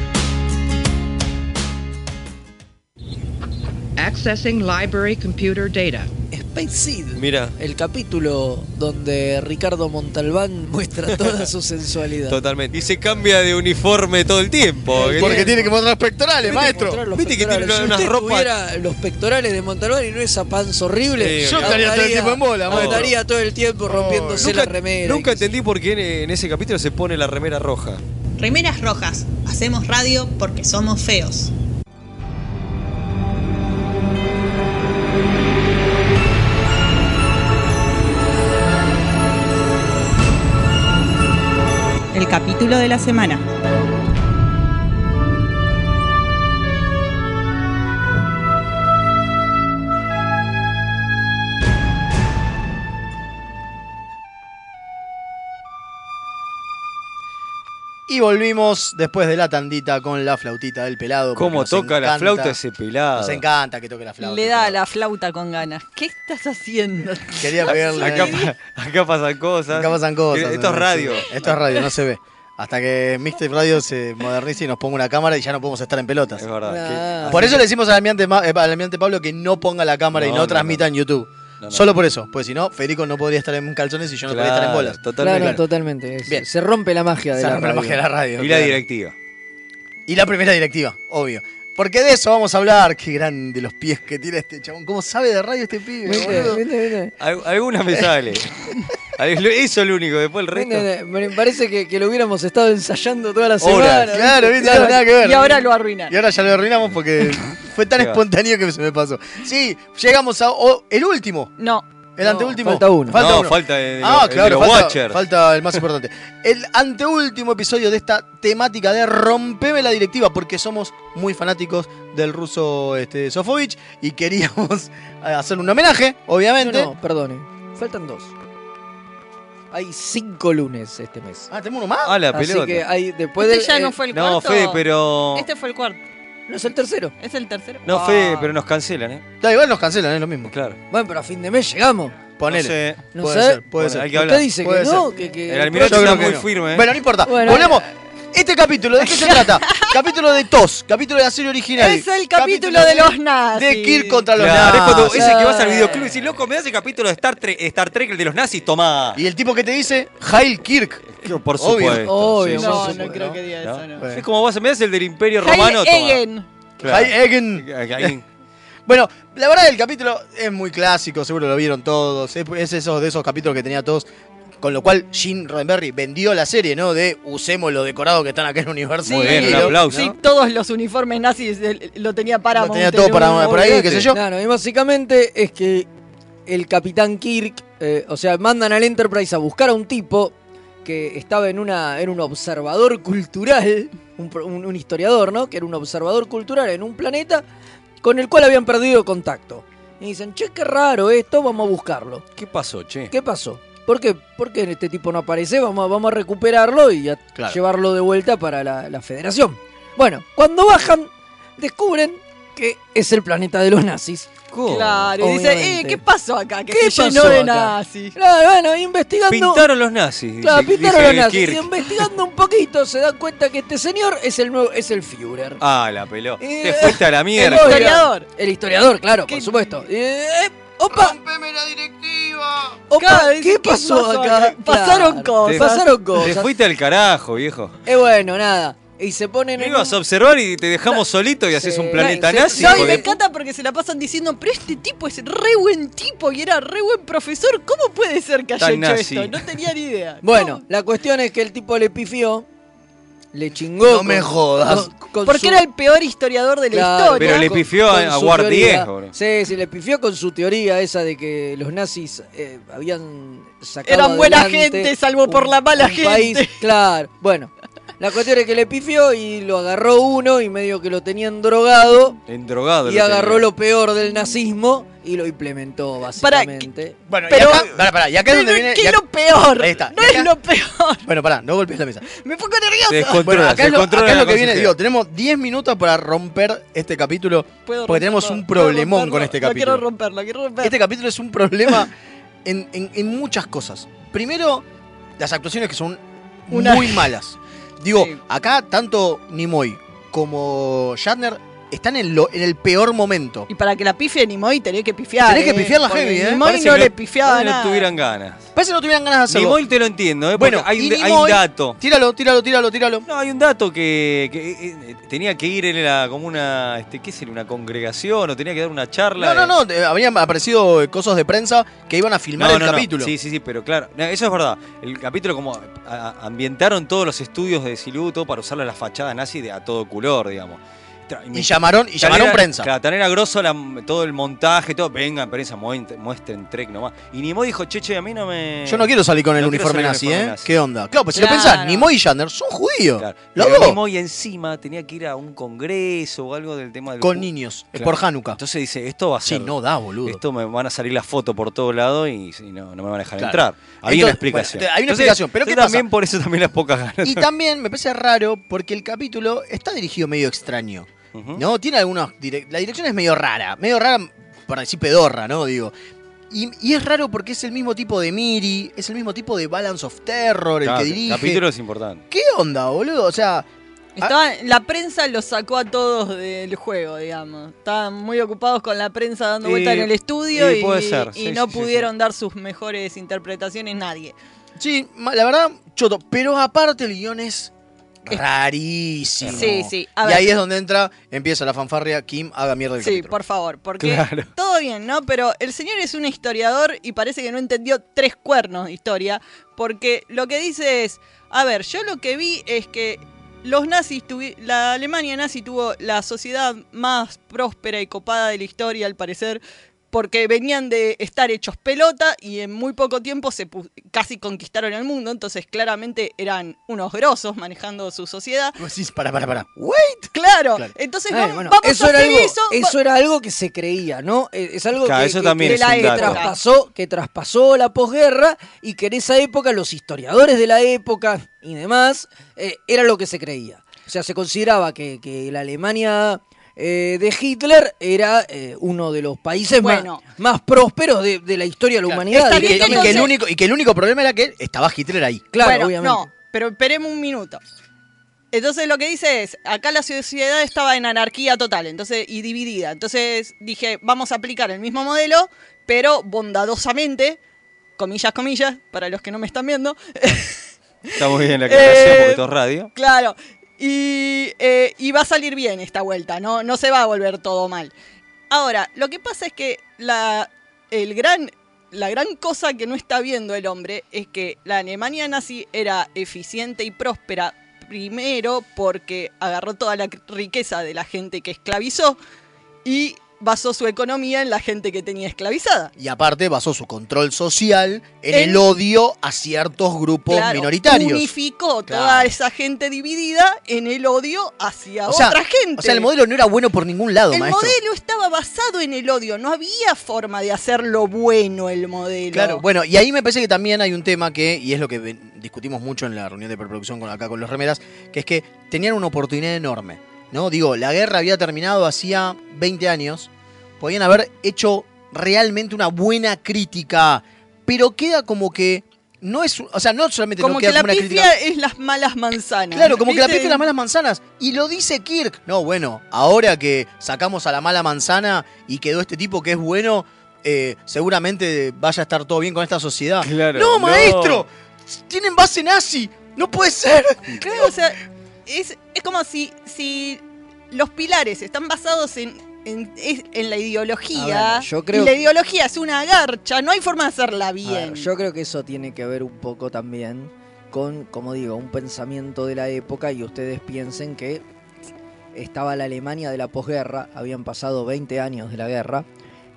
M: Accessing library computer data.
B: Space Seed.
D: Mira.
B: El capítulo donde Ricardo Montalbán muestra toda su sensualidad.
D: Totalmente. Y se cambia de uniforme todo el tiempo.
A: Porque tiene que mostrar los pectorales, maestro.
B: Mostrar los
D: Viste que
B: pectorales.
D: tiene
B: si
D: una
B: usted
D: ropa-
B: tuviera los pectorales de Montalbán y no esa panza horrible,
D: Sí, Yo estaría
A: todo el tiempo en bola, maestro.
B: Estaría todo el tiempo rompiéndose
D: Nunca,
B: la remera.
D: nunca entendí por qué en, en ese capítulo se pone la remera roja.
N: Remeras rojas. Hacemos radio porque somos feos. El capítulo de la semana.
A: Y volvimos después de la tandita con la flautita del pelado. porque
D: ¿Cómo
A: nos
D: toca la
A: encanta-
D: flauta ese pelado?
A: Nos encanta que toque la flauta.
C: Le da la flauta con ganas. ¿Qué estás haciendo?
A: Quería pegarle.
D: Acá, pa- acá pasan cosas.
A: Acá pasan cosas.
D: Esto es radio.
A: Esto es radio, no se ve. Hasta que Mixtape Radio se modernice y nos ponga una cámara y ya no podemos estar en pelotas.
D: Es verdad.
B: Ah,
A: Que- Por eso le decimos al almirante, Ma- eh, al almirante Pablo que no ponga la cámara y
D: No,
A: no,
D: no,
A: transmita en YouTube.
D: no.
A: Solo por eso, pues si no, Federico no podría estar en calzones y yo no podría estar en
D: Claro,
A: bolas.
D: totalmente.
B: Claro, totalmente. Es- Se rompe la magia de
A: Se
B: la
A: rompe la
B: radio.
A: magia de la radio.
D: Y la
A: claro.
D: directiva.
A: Y la primera directiva, obvio. Porque de eso vamos a hablar. Qué grande los pies que tiene este chabón. ¿Cómo sabe de radio este pibe?
B: Viste,
A: boludo?
B: viste, viste.
D: Al- algunas me sale. Al- Eso es lo único. Después el resto.
B: Nene, nene, Me parece que, que lo hubiéramos estado ensayando toda la
D: Horas.
B: semana. ¿viste?
A: Claro, viste, no, nada que ver.
C: Y ahora lo arruinan.
A: Y ahora ya lo arruinamos porque fue tan
D: Qué va.
A: espontáneo que se me pasó. Sí, llegamos a o- el último,
C: No.
A: el anteúltimo.
B: falta uno.
A: Falta
D: no,
A: uno.
D: falta el,
A: Ah,
D: el de
A: claro,
D: los
A: falta,
D: Watcher.
A: falta el más importante. El anteúltimo episodio de esta temática de rompeme la directiva, porque somos muy fanáticos del ruso este, Sofovich y queríamos hacerle un homenaje,
B: No,
A: obviamente.
B: no, perdone. Faltan dos. Hay cinco lunes este mes.
A: Ah, tenemos uno más.
D: Ah, la
B: Así
D: pelota.
B: que hay después
C: ¿Este
B: del,
C: ya
B: eh,
C: no fue el
D: No,
C: cuarto?
D: Fede, pero.
C: Este fue el cuarto.
B: no es el tercero.
C: Es el tercero.
D: No, Fede, pero nos cancelan, ¿eh?
A: Da igual nos cancelan, es lo mismo.
D: Ah. Claro.
B: Bueno, pero a fin de mes llegamos.
A: Ponele.
D: No sé.
B: No
A: puede
B: sé.
A: ser, puede
D: Bueno,
A: ser.
D: hay que
B: Usted
D: hablar.
B: dice
A: Puede
B: que no, que, que-
D: El almirante está
A: Yo creo que
D: muy
A: no.
D: firme, ¿eh?
A: Bueno, no importa.
B: Bueno,
A: Volvemos.
C: eh.
A: Este capítulo, ¿de qué se trata? capítulo de TOS, capítulo de la serie original.
C: Es el capítulo de los nazis.
A: De Kirk contra los
D: Claro, es cuando
A: nazis.
D: ese que vas al videoclub y decís, loco, me das el capítulo de Star Trek, Star Trek, el de los nazis, tomá.
A: Y el tipo que te dice, Heil Kirk.
D: Por
A: Obvio.
D: supuesto.
B: Obvio,
D: Sí,
C: No,
D: sí,
C: no
D: sí.
C: creo que diga
D: ¿No?
C: eso, no.
A: Bueno.
D: Es como vos me das el del Imperio
C: Heil
D: Romano, tomá.
C: Egen.
D: Claro.
A: Heil Egen.
D: Egen.
A: Bueno, la verdad el capítulo es muy clásico, seguro lo vieron todos. Es, es esos de esos capítulos que tenía todos. Con lo cual, Gene Roddenberry vendió la serie, ¿no? De usemos los decorados que están acá en el universo.
D: Muy bien, un aplauso.
C: Sí, todos los uniformes nazis el- lo tenía para
A: Lo tenía todo para, por ahí, qué sé yo.
B: Claro, y básicamente es que el capitán Kirk, eh, o sea, mandan al Enterprise a buscar a un tipo que estaba en una. era un observador cultural, un, pro- un- un historiador, ¿no? Que era un observador cultural en un planeta con el cual habían perdido contacto. Y dicen, che, qué raro esto, vamos a buscarlo.
D: ¿Qué pasó, che?
B: ¿Qué pasó? ¿Por qué? ¿Por qué este tipo no aparece? Vamos a, vamos a recuperarlo y a
A: Claro.
B: llevarlo de vuelta para la, la federación. Bueno, cuando bajan, descubren que es el planeta de los nazis.
D: ¿Cómo?
C: Claro, y dice,
B: Obviamente.
C: eh, ¿qué pasó acá? Que
B: ¿Qué
C: se
B: pasó
C: llenó de
B: acá?
C: nazis.
B: Claro, bueno, investigando...
D: Pintaron los nazis.
B: Claro,
D: dice-
B: pintaron
D: dice
B: los nazis.
D: Kirk.
B: Y investigando un poquito se dan cuenta que este señor es el nuevo, es el Führer.
D: Ah, la pelota.
B: Eh,
D: Te fuiste a la mierda.
B: el
C: Historiador.
B: El historiador, claro, por
C: ¿Qué?
B: supuesto. Eh,
D: Ah,
B: opa,
A: la directiva!
B: opa,
C: Claro,
B: ¿qué pasó acá?
C: Pasaron
B: Claro,
D: Te-
C: cosas.
B: Pasaron
D: Te
B: cosas.
D: fuiste al carajo, viejo.
B: Eh, bueno, nada. Y se ponen
D: Me
B: en
D: ibas
B: un-
D: a observar y te dejamos solito y haces
B: Sí.
D: un planeta
B: Sí.
D: nazi.
B: No,
C: No, y
D: hijo
C: me
D: de-
C: encanta porque se la pasan diciendo, pero este tipo es re buen tipo y era re buen profesor. ¿Cómo puede ser que haya
D: Tan
C: hecho
D: nazi.
C: esto? No tenía ni idea.
B: Bueno, la cuestión es que el tipo le pifió, le chingó.
A: No me jodas.
B: con- con
C: Porque
B: su-
C: era el peor historiador de la
B: Claro,
C: historia.
D: Pero le
B: con-
D: pifió a-
B: con
D: a
B: su
D: Guard
B: teoría.
D: 10, bro.
B: Sí, sí, le pifió con su teoría esa de que los nazis eh, habían sacado.
C: Eran buena
B: adelante
C: gente, salvo por
B: un-
C: la mala
B: un
C: gente.
B: país. Claro, bueno. La cuestión es que le pifió y lo agarró uno y medio que lo tenían drogado
D: En drogado.
B: y
D: lo
B: agarró
D: tenía.
B: lo peor del nazismo y lo implementó
C: Pará,
B: básicamente.
A: Bueno,
C: Pero-
A: y acá, pará, pará, y acá
C: Pero
A: es donde viene.
C: ¿qué
A: y
C: es
A: acá-
C: lo peor?
A: Ahí está.
C: No
A: ¿Y acá?
C: es lo peor.
A: Bueno, pará, no golpees la mesa.
C: Me pongo nervioso.
D: Se descontrola,
A: Bueno, acá
D: se
A: es lo,
D: descontrola
A: acá es lo
D: la
A: que viene,
D: consejera.
A: digo, tenemos 10 minutos para romper este capítulo,
C: Puedo
A: porque tenemos
C: romperlo,
A: un
C: puedo
A: problemón
C: romperlo.
A: con este
C: Lo quiero
A: capítulo.
C: romper, lo quiero romper.
A: Este capítulo es un problema en, en- en muchas cosas. Primero, las actuaciones que son
B: Una-
A: muy malas. Digo, acá tanto Nimoy como Shatner están en, lo, en el peor momento.
C: Y para que la pifie Nimoy tenés que pifiar.
A: Tenés que
C: eh,
A: pifiar la
C: porque
A: heavy, eh.
C: Nimoy
A: Parece
C: no
A: que
C: le
A: no-
C: pifiaba
A: no
C: nada.
D: Tuvieran ganas.
A: Parece que no tuvieran ganas de hacerlo.
D: Nimoy te lo entiendo, ¿eh? Porque
A: Bueno,
D: hay,
A: y
D: un, hay un
A: Nimoy-
D: dato.
A: Tíralo, tíralo, tíralo, tíralo.
D: No, hay un dato que, que, eh, eh, tenía que ir en la, como una, este, ¿qué sería? Una congregación o tenía que dar una charla.
A: No, no,
D: eh.
A: no, te- habían aparecido eh, cosas de prensa que iban a filmar
D: No,
A: el
D: no, no.
A: capítulo.
D: Sí, sí, sí, pero claro, no, eso es verdad. El capítulo como a- a- ambientaron todos los estudios de Silú, todo para usarlo en la fachada nazi de, a todo color, digamos. Tra-
A: Y llamaron-
D: tan
A: y llamaron
D: era-
A: prensa.
D: Claro, tan era grosso la- todo el montaje, todo. Vengan, prensa, muen- muestren Trek nomás. Y Nimoy dijo, che, che, a mí no me...
A: Yo no quiero salir con el
D: No quiero
A: uniforme
D: salir
A: nazi,
D: uniforme
A: ¿eh? ¿Qué onda? Claro, pues si lo pensás, Nimoy y Shatner son judíos. Los
D: Pero
A: dos.
D: Nimoy encima tenía que ir a un congreso o algo del tema del...
A: Con
D: cu-
A: niños, es por Hanukkah.
D: Entonces dice, esto va a ser...
A: Sí, no da, boludo.
D: Esto me van a salir la foto por todo lado y, y no, no me van a dejar
A: Claro.
D: entrar. Había
A: Entonces,
D: una explicación.
A: bueno, hay una
D: Entonces,
A: explicación, pero
D: yo
A: ¿qué pasa?
D: también por eso también las pocas ganas.
A: Y también me parece raro porque el capítulo está dirigido medio extraño. ¿No? Tiene algunos. direc- La dirección es medio rara. Medio rara, para decir pedorra, ¿no? Digo. Y, y es raro porque es el mismo tipo de Miri, es el mismo tipo de Balance of Terror, el
D: Claro,
A: que dirige.
D: capítulo es importante.
A: ¿Qué onda, boludo? O sea.
C: ah. Estaba- la prensa los sacó a todos del juego, digamos. Estaban muy ocupados con la prensa dando
D: Sí,
C: vuelta en el estudio
D: sí,
C: y,
D: puede ser,
C: y
D: sí,
C: no
D: sí, sí,
C: pudieron dar sus mejores interpretaciones nadie.
A: Sí, ma- la verdad, choto. Pero aparte el guión es rarísimo.
C: Sí, sí, a
A: Y
C: ver.
A: ahí es donde entra, empieza la fanfarria, Kim haga mierda el
C: Sí,
A: capítulo.
C: por favor, porque
A: Claro.
C: todo bien, ¿no? Pero el señor es un historiador y parece que no entendió tres cuernos de historia, porque lo que dice es, a ver, yo lo que vi es que los nazis tuvi- la Alemania nazi tuvo la sociedad más próspera y copada de la historia, al parecer, porque venían de estar hechos pelota y en muy poco tiempo se pu- casi conquistaron el mundo, entonces claramente eran unos grosos manejando su sociedad.
A: Vos decís, para, para, para.
C: Wait, claro.
A: Claro.
C: Entonces
B: Bueno,
C: vam-
B: Eh, bueno,
C: vamos
B: eso
C: a
B: era
C: hacer
B: algo,
C: eso. va-
B: eso era algo que se creía, ¿no? Eh, Es algo
D: Claro,
B: que,
D: eso
B: que-
D: también
B: que
D: es
B: la-
D: un
B: que
D: dato.
B: traspasó, que traspasó la posguerra y que en esa época los historiadores de la época y demás eh, era lo que se creía. O sea, se consideraba que, que la Alemania eh, de Hitler era eh, uno de los países más-
C: Bueno.
B: más, prósperos de, de la historia de la humanidad.
C: Está
A: Y que,
C: bien,
A: y que el
C: entonces-
A: único, y que el único problema era que estaba Hitler ahí.
B: Claro,
C: Bueno,
B: obviamente.
C: No, pero esperemos un minuto. Entonces lo que dice es, acá la sociedad estaba en anarquía total entonces y dividida. Entonces dije, vamos a aplicar el mismo modelo, pero bondadosamente, comillas, comillas, para los que no me están viendo,
D: Está muy bien la aclaración
C: Eh,
D: porque esto es radio.
C: Claro. Y, eh, y va a salir bien esta vuelta, ¿no? No se va a volver todo mal. Ahora, lo que pasa es que la, el gran, la gran cosa que no está viendo el hombre es que la Alemania nazi era eficiente y próspera primero porque agarró toda la riqueza de la gente que esclavizó y basó su economía en la gente que tenía esclavizada.
A: Y aparte basó su control social en
C: En-
A: el odio a ciertos grupos
C: Claro,
A: minoritarios.
C: Unificó toda
A: Claro.
C: esa gente dividida en el odio hacia
A: O sea,
C: otra gente.
A: o sea, el modelo no era bueno por ningún lado,
C: El
A: maestro.
C: modelo estaba basado en el odio, no había forma de hacerlo bueno el modelo.
A: Claro, bueno, y ahí me parece que también hay un tema que, y es lo que ven- discutimos mucho en la reunión de preproducción con, acá con los remeras, que es que tenían una oportunidad enorme, ¿no? Digo, la guerra había terminado hacía 20 años, podían haber hecho realmente una buena crítica, pero queda como que no es, o sea, no solamente
C: como
A: no
C: que,
A: queda
C: la
A: como una
C: pifia
A: crítica.
C: es las malas manzanas.
A: Claro, como que la
C: ¿viste?
A: pifia es las malas manzanas. Y lo dice Kirk. No, bueno, ahora que sacamos a la mala manzana y quedó este tipo que es bueno, eh, seguramente vaya a estar todo bien con esta sociedad.
D: Claro,
A: no,
D: no.
A: maestro, tienen base nazi. No puede ser.
C: Claro, o sea, es, es como si, si los pilares están basados en, en, es- en la ideología.
B: A ver, yo creo
C: y la
B: que-
C: ideología es una garcha, no hay forma de hacerla
B: A ver,
C: bien.
B: Ah, yo creo que eso tiene que ver un poco también con, como digo, un pensamiento de la época y ustedes piensen que estaba la Alemania de la posguerra, habían pasado 20 años de la guerra,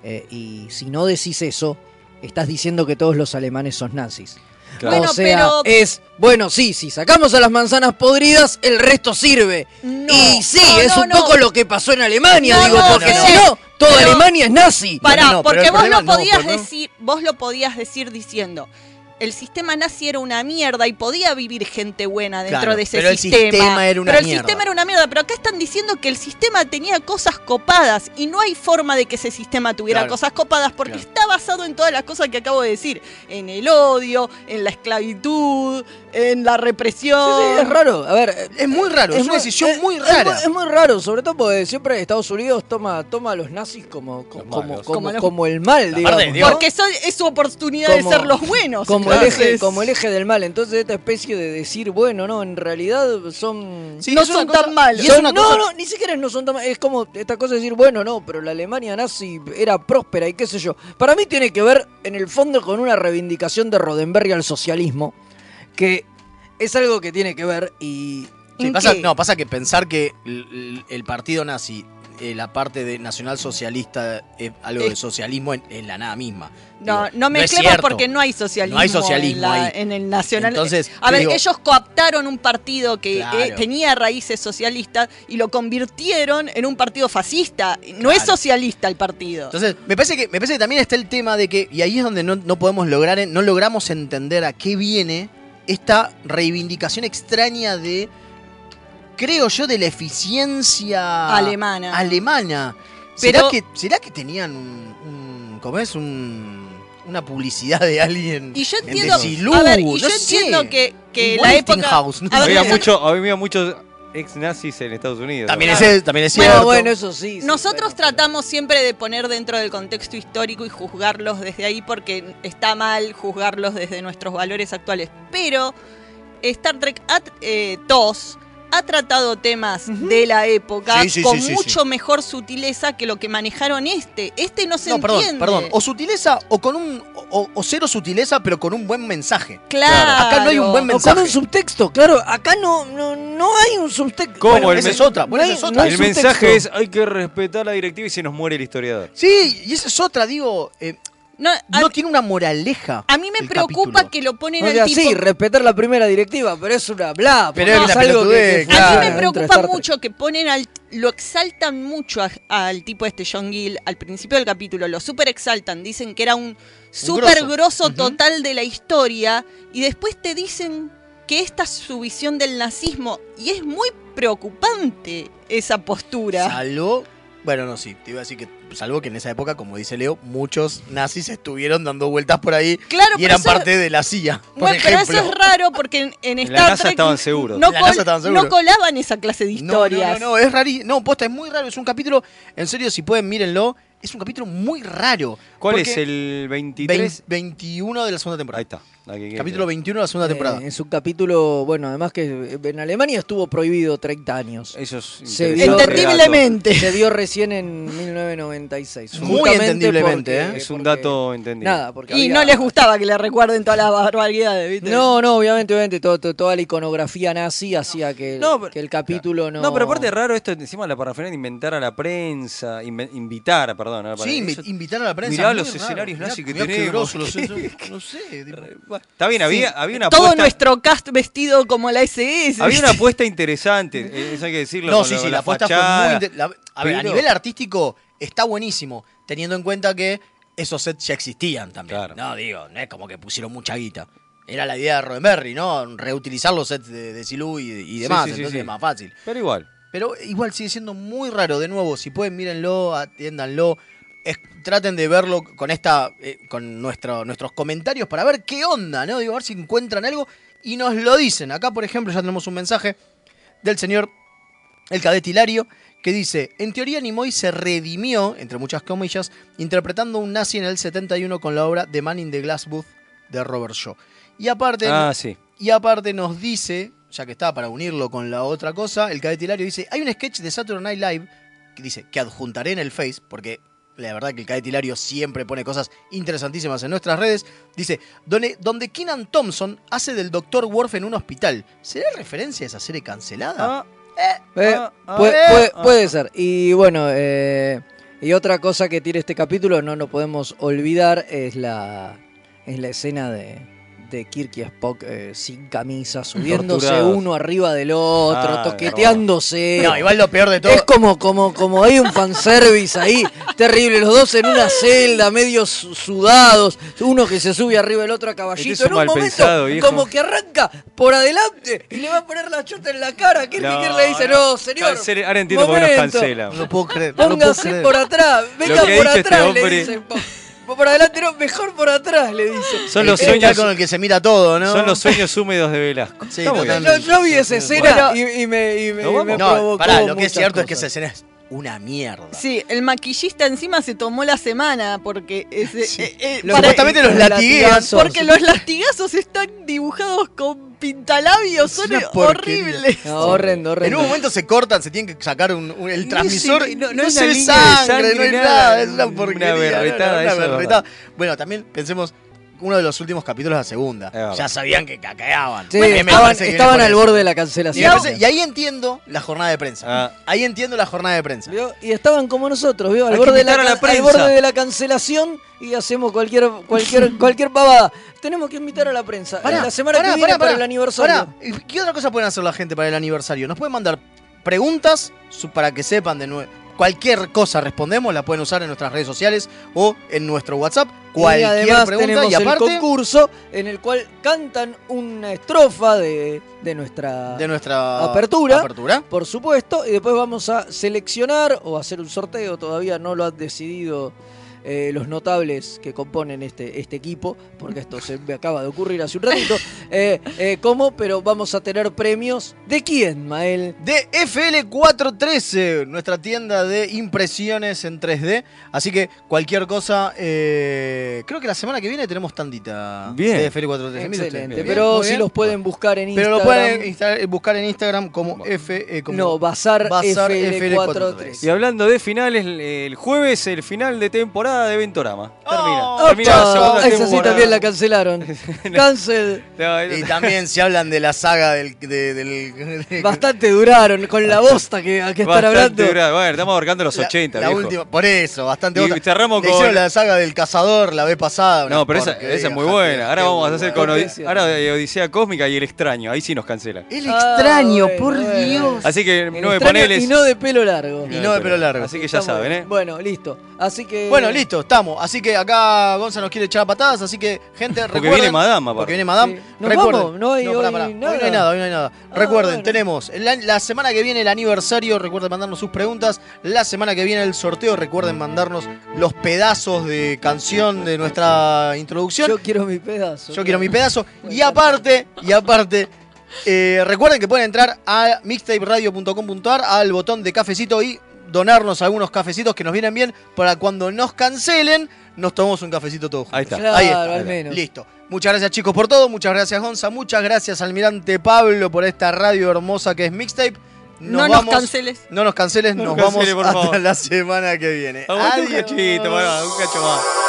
B: eh, y si no decís eso, estás diciendo que todos los alemanes son nazis.
D: Claro.
B: o
D: Bueno,
B: sea,
D: pero-
B: es, bueno, sí, si sacamos a las manzanas podridas, el resto sirve. y sí,
C: no,
B: es
C: no,
B: un
C: no.
B: poco lo que pasó en Alemania,
C: No,
B: digo,
C: no,
B: porque
C: no.
B: si no, toda
C: Pero-
B: Alemania es nazi.
C: Pará,
B: No, no, no, pero
C: porque
B: el
C: vos
B: problema
C: lo
B: no,
C: podías
B: por no-
C: decir, vos lo podías decir diciendo. El sistema nazi era una mierda y podía vivir gente buena dentro
A: Claro,
C: de ese
A: pero el
C: sistema.
A: sistema era una
C: pero el
A: mierda.
C: sistema era una mierda. Pero acá están diciendo que el sistema tenía cosas copadas y no hay forma de que ese sistema tuviera
A: Claro.
C: cosas copadas porque estaba basado en todas las cosas que acabo de decir. En el odio, en la esclavitud, en la represión.
B: Sí, sí, es raro. A ver,
A: es muy raro, es, una
B: muy-
A: decisión
B: es-
A: muy
B: es
A: rara.
B: muy- Es, muy raro, sobre todo porque siempre Estados Unidos toma, toma a los nazis como, como, como, como-
C: los-
B: como el mal, digamos. ¿no?
C: Porque son- es su oportunidad
B: Como-
C: de ser los buenos.
B: Como el,
C: Entonces,
B: eje, como el eje del mal. Entonces, esta especie de decir, bueno, no, en realidad son.
A: Sí,
B: no
A: es una
B: son
A: cosa-
B: tan malos.
A: y es
B: Son-
A: una
B: no,
A: cosa-
B: no, ni siquiera no son tan malos. Es como esta cosa de decir, bueno, no, pero la Alemania nazi era próspera y qué sé yo. Para mí tiene que ver, en el fondo, con una reivindicación de Rodenberg al socialismo, que es algo que tiene que ver y.
A: Sí,
B: ¿en
A: pasa,
B: qué?
A: no, pasa que pensar que l- l- el, partido nazi, eh, la parte de nacionalsocialista, es algo de
C: Es-
A: socialismo en, en la nada misma.
C: No,
A: Digo,
C: no
A: es
C: mezclemos
A: cierto.
C: porque no hay socialismo.
A: No hay socialismo
C: en, la-
A: ahí.
C: en el nacional.
A: Entonces,
C: a ver,
A: digo-
C: ellos coaptaron un partido que eh,
A: Claro.
C: tenía raíces socialistas y lo convirtieron en un partido fascista. No es socialista el partido.
A: Entonces, me parece, que, me parece que también está el tema de que, y ahí es donde no, no podemos lograr, no logramos entender a qué viene esta reivindicación extraña de, creo yo, de la eficiencia
C: Alemana.
A: alemana. ¿Será,
C: Pero-
A: que, ¿Será que tenían un, un- ¿cómo es? Un- una publicidad de alguien?
C: y yo
A: en
C: entiendo,
A: Desilu,
C: a ver, y yo
A: no sé.
C: entiendo que, que
A: Un
C: la época.
A: Westinghouse, ¿no?
C: a ver,
O: había,
C: no-
O: mucho, había muchos ex nazis en Estados Unidos.
D: Ah.
A: También
O: Claro.
A: es- también es
B: Bueno,
A: cierto.
B: bueno, eso sí. sí.
C: Nosotros tratamos siempre de poner dentro del contexto histórico y juzgarlos desde ahí porque está mal juzgarlos desde nuestros valores actuales. Pero Star Trek ha, eh, TOS ha tratado temas de la época
A: Sí, sí,
C: con
A: sí, sí,
C: mucho mejor sutileza que lo que manejaron este. Este no se
A: No, perdón,
C: entiende.
A: perdón. O sutileza o con un. O, o cero sutileza, pero con un buen mensaje.
C: Claro.
A: Acá no hay un buen
B: O con
A: mensaje.
B: un subtexto, claro. Acá no, no, no hay un subtexto.
O: ¿Cómo?
A: Bueno,
O: el
A: esa
O: men-
A: es otra. Bueno,
B: no
A: esa es
B: hay-
A: otra.
B: no hay
O: El mensaje es hay que respetar la directiva y se nos muere el historiador.
A: Sí, y esa es otra, digo. eh,
C: No, a,
A: no tiene una moraleja.
C: a mí me
A: el
C: preocupa
A: capítulo.
C: que lo ponen
B: O
C: al
B: sea,
C: tipo
B: sí, respetar la primera directiva, pero es una bla.
A: Pero
B: porque
A: es
B: es
A: la
B: algo que- que
A: pelotudez,
B: funciona
A: claro.
C: A mí me
B: dentro de
C: preocupa
B: Star Trek.
C: mucho que ponen al. Lo exaltan mucho a- al tipo este, John Gill, al principio del capítulo. Lo super exaltan. Dicen que era un super
A: grosso.
C: grosso total de la historia. Y después te dicen que esta es su visión del nazismo. Y es muy preocupante esa postura.
A: Salvo. Bueno, no, sí. Te iba a decir que. Salvo que en esa época, como dice Leo, muchos nazis estuvieron dando vueltas por ahí.
C: Claro,
A: y eran
C: pero eso-
A: parte de la CIA. Por
C: Bueno, pero
A: ejemplo.
C: eso es raro porque en, en
O: En la
C: Star
O: NASA
C: Trek
O: estaban seguros.
C: no,
A: La
C: col-
A: NASA estaban seguros.
C: no colaban esa clase de
A: No, no,
C: historias.
A: No, no, es rarísimo. No, posta, es muy raro. Es un capítulo. En serio, si pueden, mírenlo. Es un capítulo muy raro.
O: ¿Cuál
A: Porque
O: es el 23?
A: vein- 21 de la segunda temporada.
O: Ahí está. la que-
A: Capítulo 21 de la segunda temporada.
B: Eh, es un capítulo, bueno, además que eh, en Alemania estuvo prohibido 30
D: Eh,
B: años.
O: Eso es
B: Se
O: interesante.
B: vio-
C: Entendiblemente.
B: Se dio recién en 1996.
A: Muy
B: Justamente
A: entendiblemente,
D: ¿eh?
B: porque-
O: Es un
B: ¿eh? porque-
O: dato entendido.
B: Nada, porque
C: Y
B: había-
C: no les gustaba que le recuerden todas las barbaridades, ¿viste?
B: No, no, obviamente, obviamente, todo- todo- toda la iconografía nazi hacía que,
O: No, pero-
B: que el capítulo no...
O: No, pero aparte es raro esto, encima de la parafernalia, de inventar a la prensa, inve- invitar, perdón. a la
A: Sí,
O: parafernalia.
A: invi- invitar a la prensa.
O: mirá
A: muy
O: los
A: raro.
O: escenarios
A: Mirá-
O: nazis que
A: mirá qué
O: tenemos.
A: grosso los- yo- no sé. tipo,
O: Está bien, había, había una
C: Todo
O: apuesta,
C: nuestro cast vestido como la SS.
O: había una apuesta interesante, eh, eso hay que decirlo.
A: No,
O: con
A: sí,
O: lo-
A: sí,
O: con
A: la apuesta fue
O: fachada.
A: muy. inte- la- a ver, a
O: Pero-
A: nivel artístico está buenísimo, teniendo en cuenta que esos sets ya existían también.
O: Claro.
A: No, digo, no es como que pusieron mucha guita. Era la idea de Roddenberry, ¿no? Reutilizar los sets de, de Silú y, y
O: Sí,
A: demás,
O: sí, sí,
A: entonces
O: sí.
A: es más fácil.
O: Pero igual.
A: Pero igual sigue siendo muy raro, de nuevo, si pueden mírenlo, atiéndanlo, es- traten de verlo con esta eh, con nuestro, nuestros comentarios para ver qué onda, ¿no? Digo, a ver si encuentran algo y nos lo dicen. Acá, por ejemplo, ya tenemos un mensaje del señor el cadete Hilario que dice, en teoría Nimoy se redimió, entre muchas comillas, interpretando a un nazi en el 71 con la obra The Man in the Glass Booth de Robert Shaw. Y aparte,
O: Ah, sí.
A: y aparte nos dice, ya que está para unirlo con la otra cosa, el cadete Hilario dice, hay un sketch de Saturday Night Live que dice, que adjuntaré en el Face, porque la verdad que el cadete Hilario siempre pone cosas interesantísimas en nuestras redes, dice, donde, donde Kenan Thompson hace del Dr. Worf en un hospital. ¿Será referencia a esa serie cancelada?
O: Ah,
B: Eh,
O: Ah, ah,
B: puede,
O: ah,
B: puede-
O: ah.
B: puede ser. Y bueno, eh, y otra cosa que tiene este capítulo, no nos podemos olvidar, es la, es la escena de, de Kirk y Spock eh, sin camisa, subiéndose
O: Torturados.
B: uno arriba del otro,
O: Ah,
B: toqueteándose.
A: Eh, No, igual lo peor de todo...
B: Es como, como, como hay un fanservice ahí, terrible, los dos en una celda, medio su- sudados, uno que se sube arriba del otro a caballito,
O: Eres un
B: en un
O: mal
B: momento
O: pensado, viejo.
B: como que arranca por adelante y le va a poner la chota en la cara, Kirk y
O: No,
B: Kirk le dice,
O: no.
B: no, señor,
O: Cancele- ahora entiendo por qué nos
B: momento,
O: cancela.
A: No lo puedo creer. no lo puedo
B: póngase
A: creer.
B: por atrás, venga
O: que ha
B: por
O: dicho este
B: atrás, le
O: hombre-
B: dicen. Por adelante, no, mejor por atrás, le dice.
O: Son los
A: El que está
O: sueños-
A: con el que se mira todo, ¿no?
O: Son los sueños húmedos de Velasco.
A: Sí,
O: Está muy bien.
B: Yo, yo vi esa escena
C: Bueno,
B: y, y me, y me,
O: ¿nos vamos?
B: me
A: No,
B: provocó
A: pará, lo que es
B: muchas
A: cierto es que esa
B: cosas.
A: escena es una mierda.
C: Sí, el maquillista encima se tomó la semana porque ese, eh, eh,
A: Lo- supuestamente los
C: los
A: latiguean.
C: latigazos. Porque los latigazos están dibujados con pintalabios, son
A: una porquería.
C: horribles.
B: No, horrendo, horrendo.
A: En un momento se cortan, se tienen que sacar un- un- el
O: Ni
A: transmisor.
O: si-
A: y
O: no-
A: no,
O: no es
A: se
O: una
A: ve
O: línea de
A: sangre,
O: sangre,
A: no hay
O: nada.
A: nada. Es una
O: Una
A: porquería. no, no,
O: berretada,
A: una
O: eso es verdad.
A: berretada. Bueno, también pensemos, uno de los últimos capítulos de la segunda.
O: verdad.
A: Ya sabían que cacaeaban.
B: Sí,
A: Me- me
B: estaban,
A: parece que
B: estaban
A: viene por
B: al
A: eso.
B: borde de la
A: Y, me
B: cancelación.
A: parece- y ahí entiendo la jornada de prensa.
O: Ah.
A: Ahí entiendo la jornada de prensa.
B: ¿Vio? Y estaban como nosotros, ¿vio? Al,
O: Hay que
B: borde de la,
O: invitar a la
B: can- al
O: prensa.
B: borde de la cancelación y hacemos cualquier cualquier cualquier pavada. Tenemos que invitar a la prensa.
A: Pará,
B: la semana
A: pará,
B: que viene
A: pará,
B: para
A: pará,
B: el aniversario.
A: pará. ¿Y ¿Qué otra cosa pueden hacer la gente para el aniversario? Nos pueden mandar preguntas su- para que sepan de nuevo. Cualquier cosa respondemos, la pueden usar en nuestras redes sociales o en nuestro WhatsApp. Cualquier
B: y además
A: pregunta
B: tenemos
A: y aparte
B: el concurso en el cual cantan una estrofa de, de nuestra
A: de nuestra
B: Apertura.
A: apertura.
B: por supuesto y después vamos a seleccionar o hacer un sorteo todavía no lo han decidido eh, los notables que componen este, este equipo, porque esto se me acaba de ocurrir hace un ratito, eh, eh, ¿cómo? Pero vamos a tener premios. ¿De quién, Mael?
A: de FL413, nuestra tienda de impresiones en 3D. Así que cualquier cosa, eh, creo que la semana que viene tenemos tandita
O: Bien.
A: de FL413. Mire usted.
B: Excelente,
A: Bien,
B: pero
A: muy
B: si
A: bien.
B: los pueden buscar en
A: Pero
B: Instagram.
A: lo pueden insta- buscar en Instagram como F. eh, como
B: No, Bazar,
A: Bazar
O: Y
B: FL43.
O: hablando de finales, el- el jueves el final de temporada de Ventorama. Termina.
A: Oh,
O: Termina la segunda
B: esa Ah, sí
O: temporada.
B: también la cancelaron. Cancel.
O: No,
A: Y
O: no-
A: también si hablan de la saga del. de- del-
B: Bastante duraron con la bosta que, que están
O: bastante
B: hablando.
O: dura- Bueno, estamos abarcando los 80,
A: la
O: viejo.
A: última, por eso, bastante
O: Y
A: otra.
O: cerramos
A: Le
O: con-
A: hicieron la saga del cazador la vez pasada. una
O: No, pero esa,
A: porquería,
O: esa es muy
A: Jaque,
O: buena. Ahora
A: qué
O: vamos a
A: muy
O: hacer
A: buena.
O: con Odi-
B: Odisea.
O: ahora de Odisea Cósmica y El Extraño. Ahí sí nos cancela.
A: El
B: Ah,
A: extraño,
B: bueno,
A: por
B: bueno.
A: Dios.
O: Así que
B: El
O: no me
B: extraño
O: paneles.
B: Y no de pelo largo.
A: Y no de pelo largo.
O: Así que ya
B: Está muy
O: saben,
B: bien.
O: ¿eh?
B: Bueno, listo. Así que.
A: Bueno, listo, estamos. Así que acá Gonza nos quiere echar a patadas, así que, gente, recuerden.
O: viene Madame, aparte.
A: Porque viene Madame.
B: Sí. Nos
A: Recuerden-
B: vamos, no hay hoy nada.
A: no hay nada, hoy no hay nada.
B: Ah,
A: recuerden,
B: bueno.
A: tenemos la, la semana que viene el aniversario, recuerden mandarnos sus preguntas. La semana que viene el sorteo, recuerden mandarnos los pedazos de canción de nuestra introducción.
B: Yo quiero mi pedazo.
A: Yo quiero mi pedazo. Y aparte, y aparte, eh, recuerden que pueden entrar a mixtaperadio.com.ar al botón de cafecito y donarnos algunos cafecitos que nos vienen bien para cuando nos cancelen, nos tomamos un cafecito todos juntos.
O: Ahí está.
B: Claro,
A: Ahí está.
B: al menos.
A: Listo. Muchas gracias chicos por todo, muchas gracias Gonza, muchas gracias Almirante Pablo por esta radio hermosa que es Mixtape.
C: No nos canceles.
A: No nos canceles,
O: No
A: nos
O: nos cancele,
A: vamos
O: por
A: hasta
O: favor.
A: la semana que viene.
O: Aguante un
A: Adiós.
O: cachito, pará, un cacho más.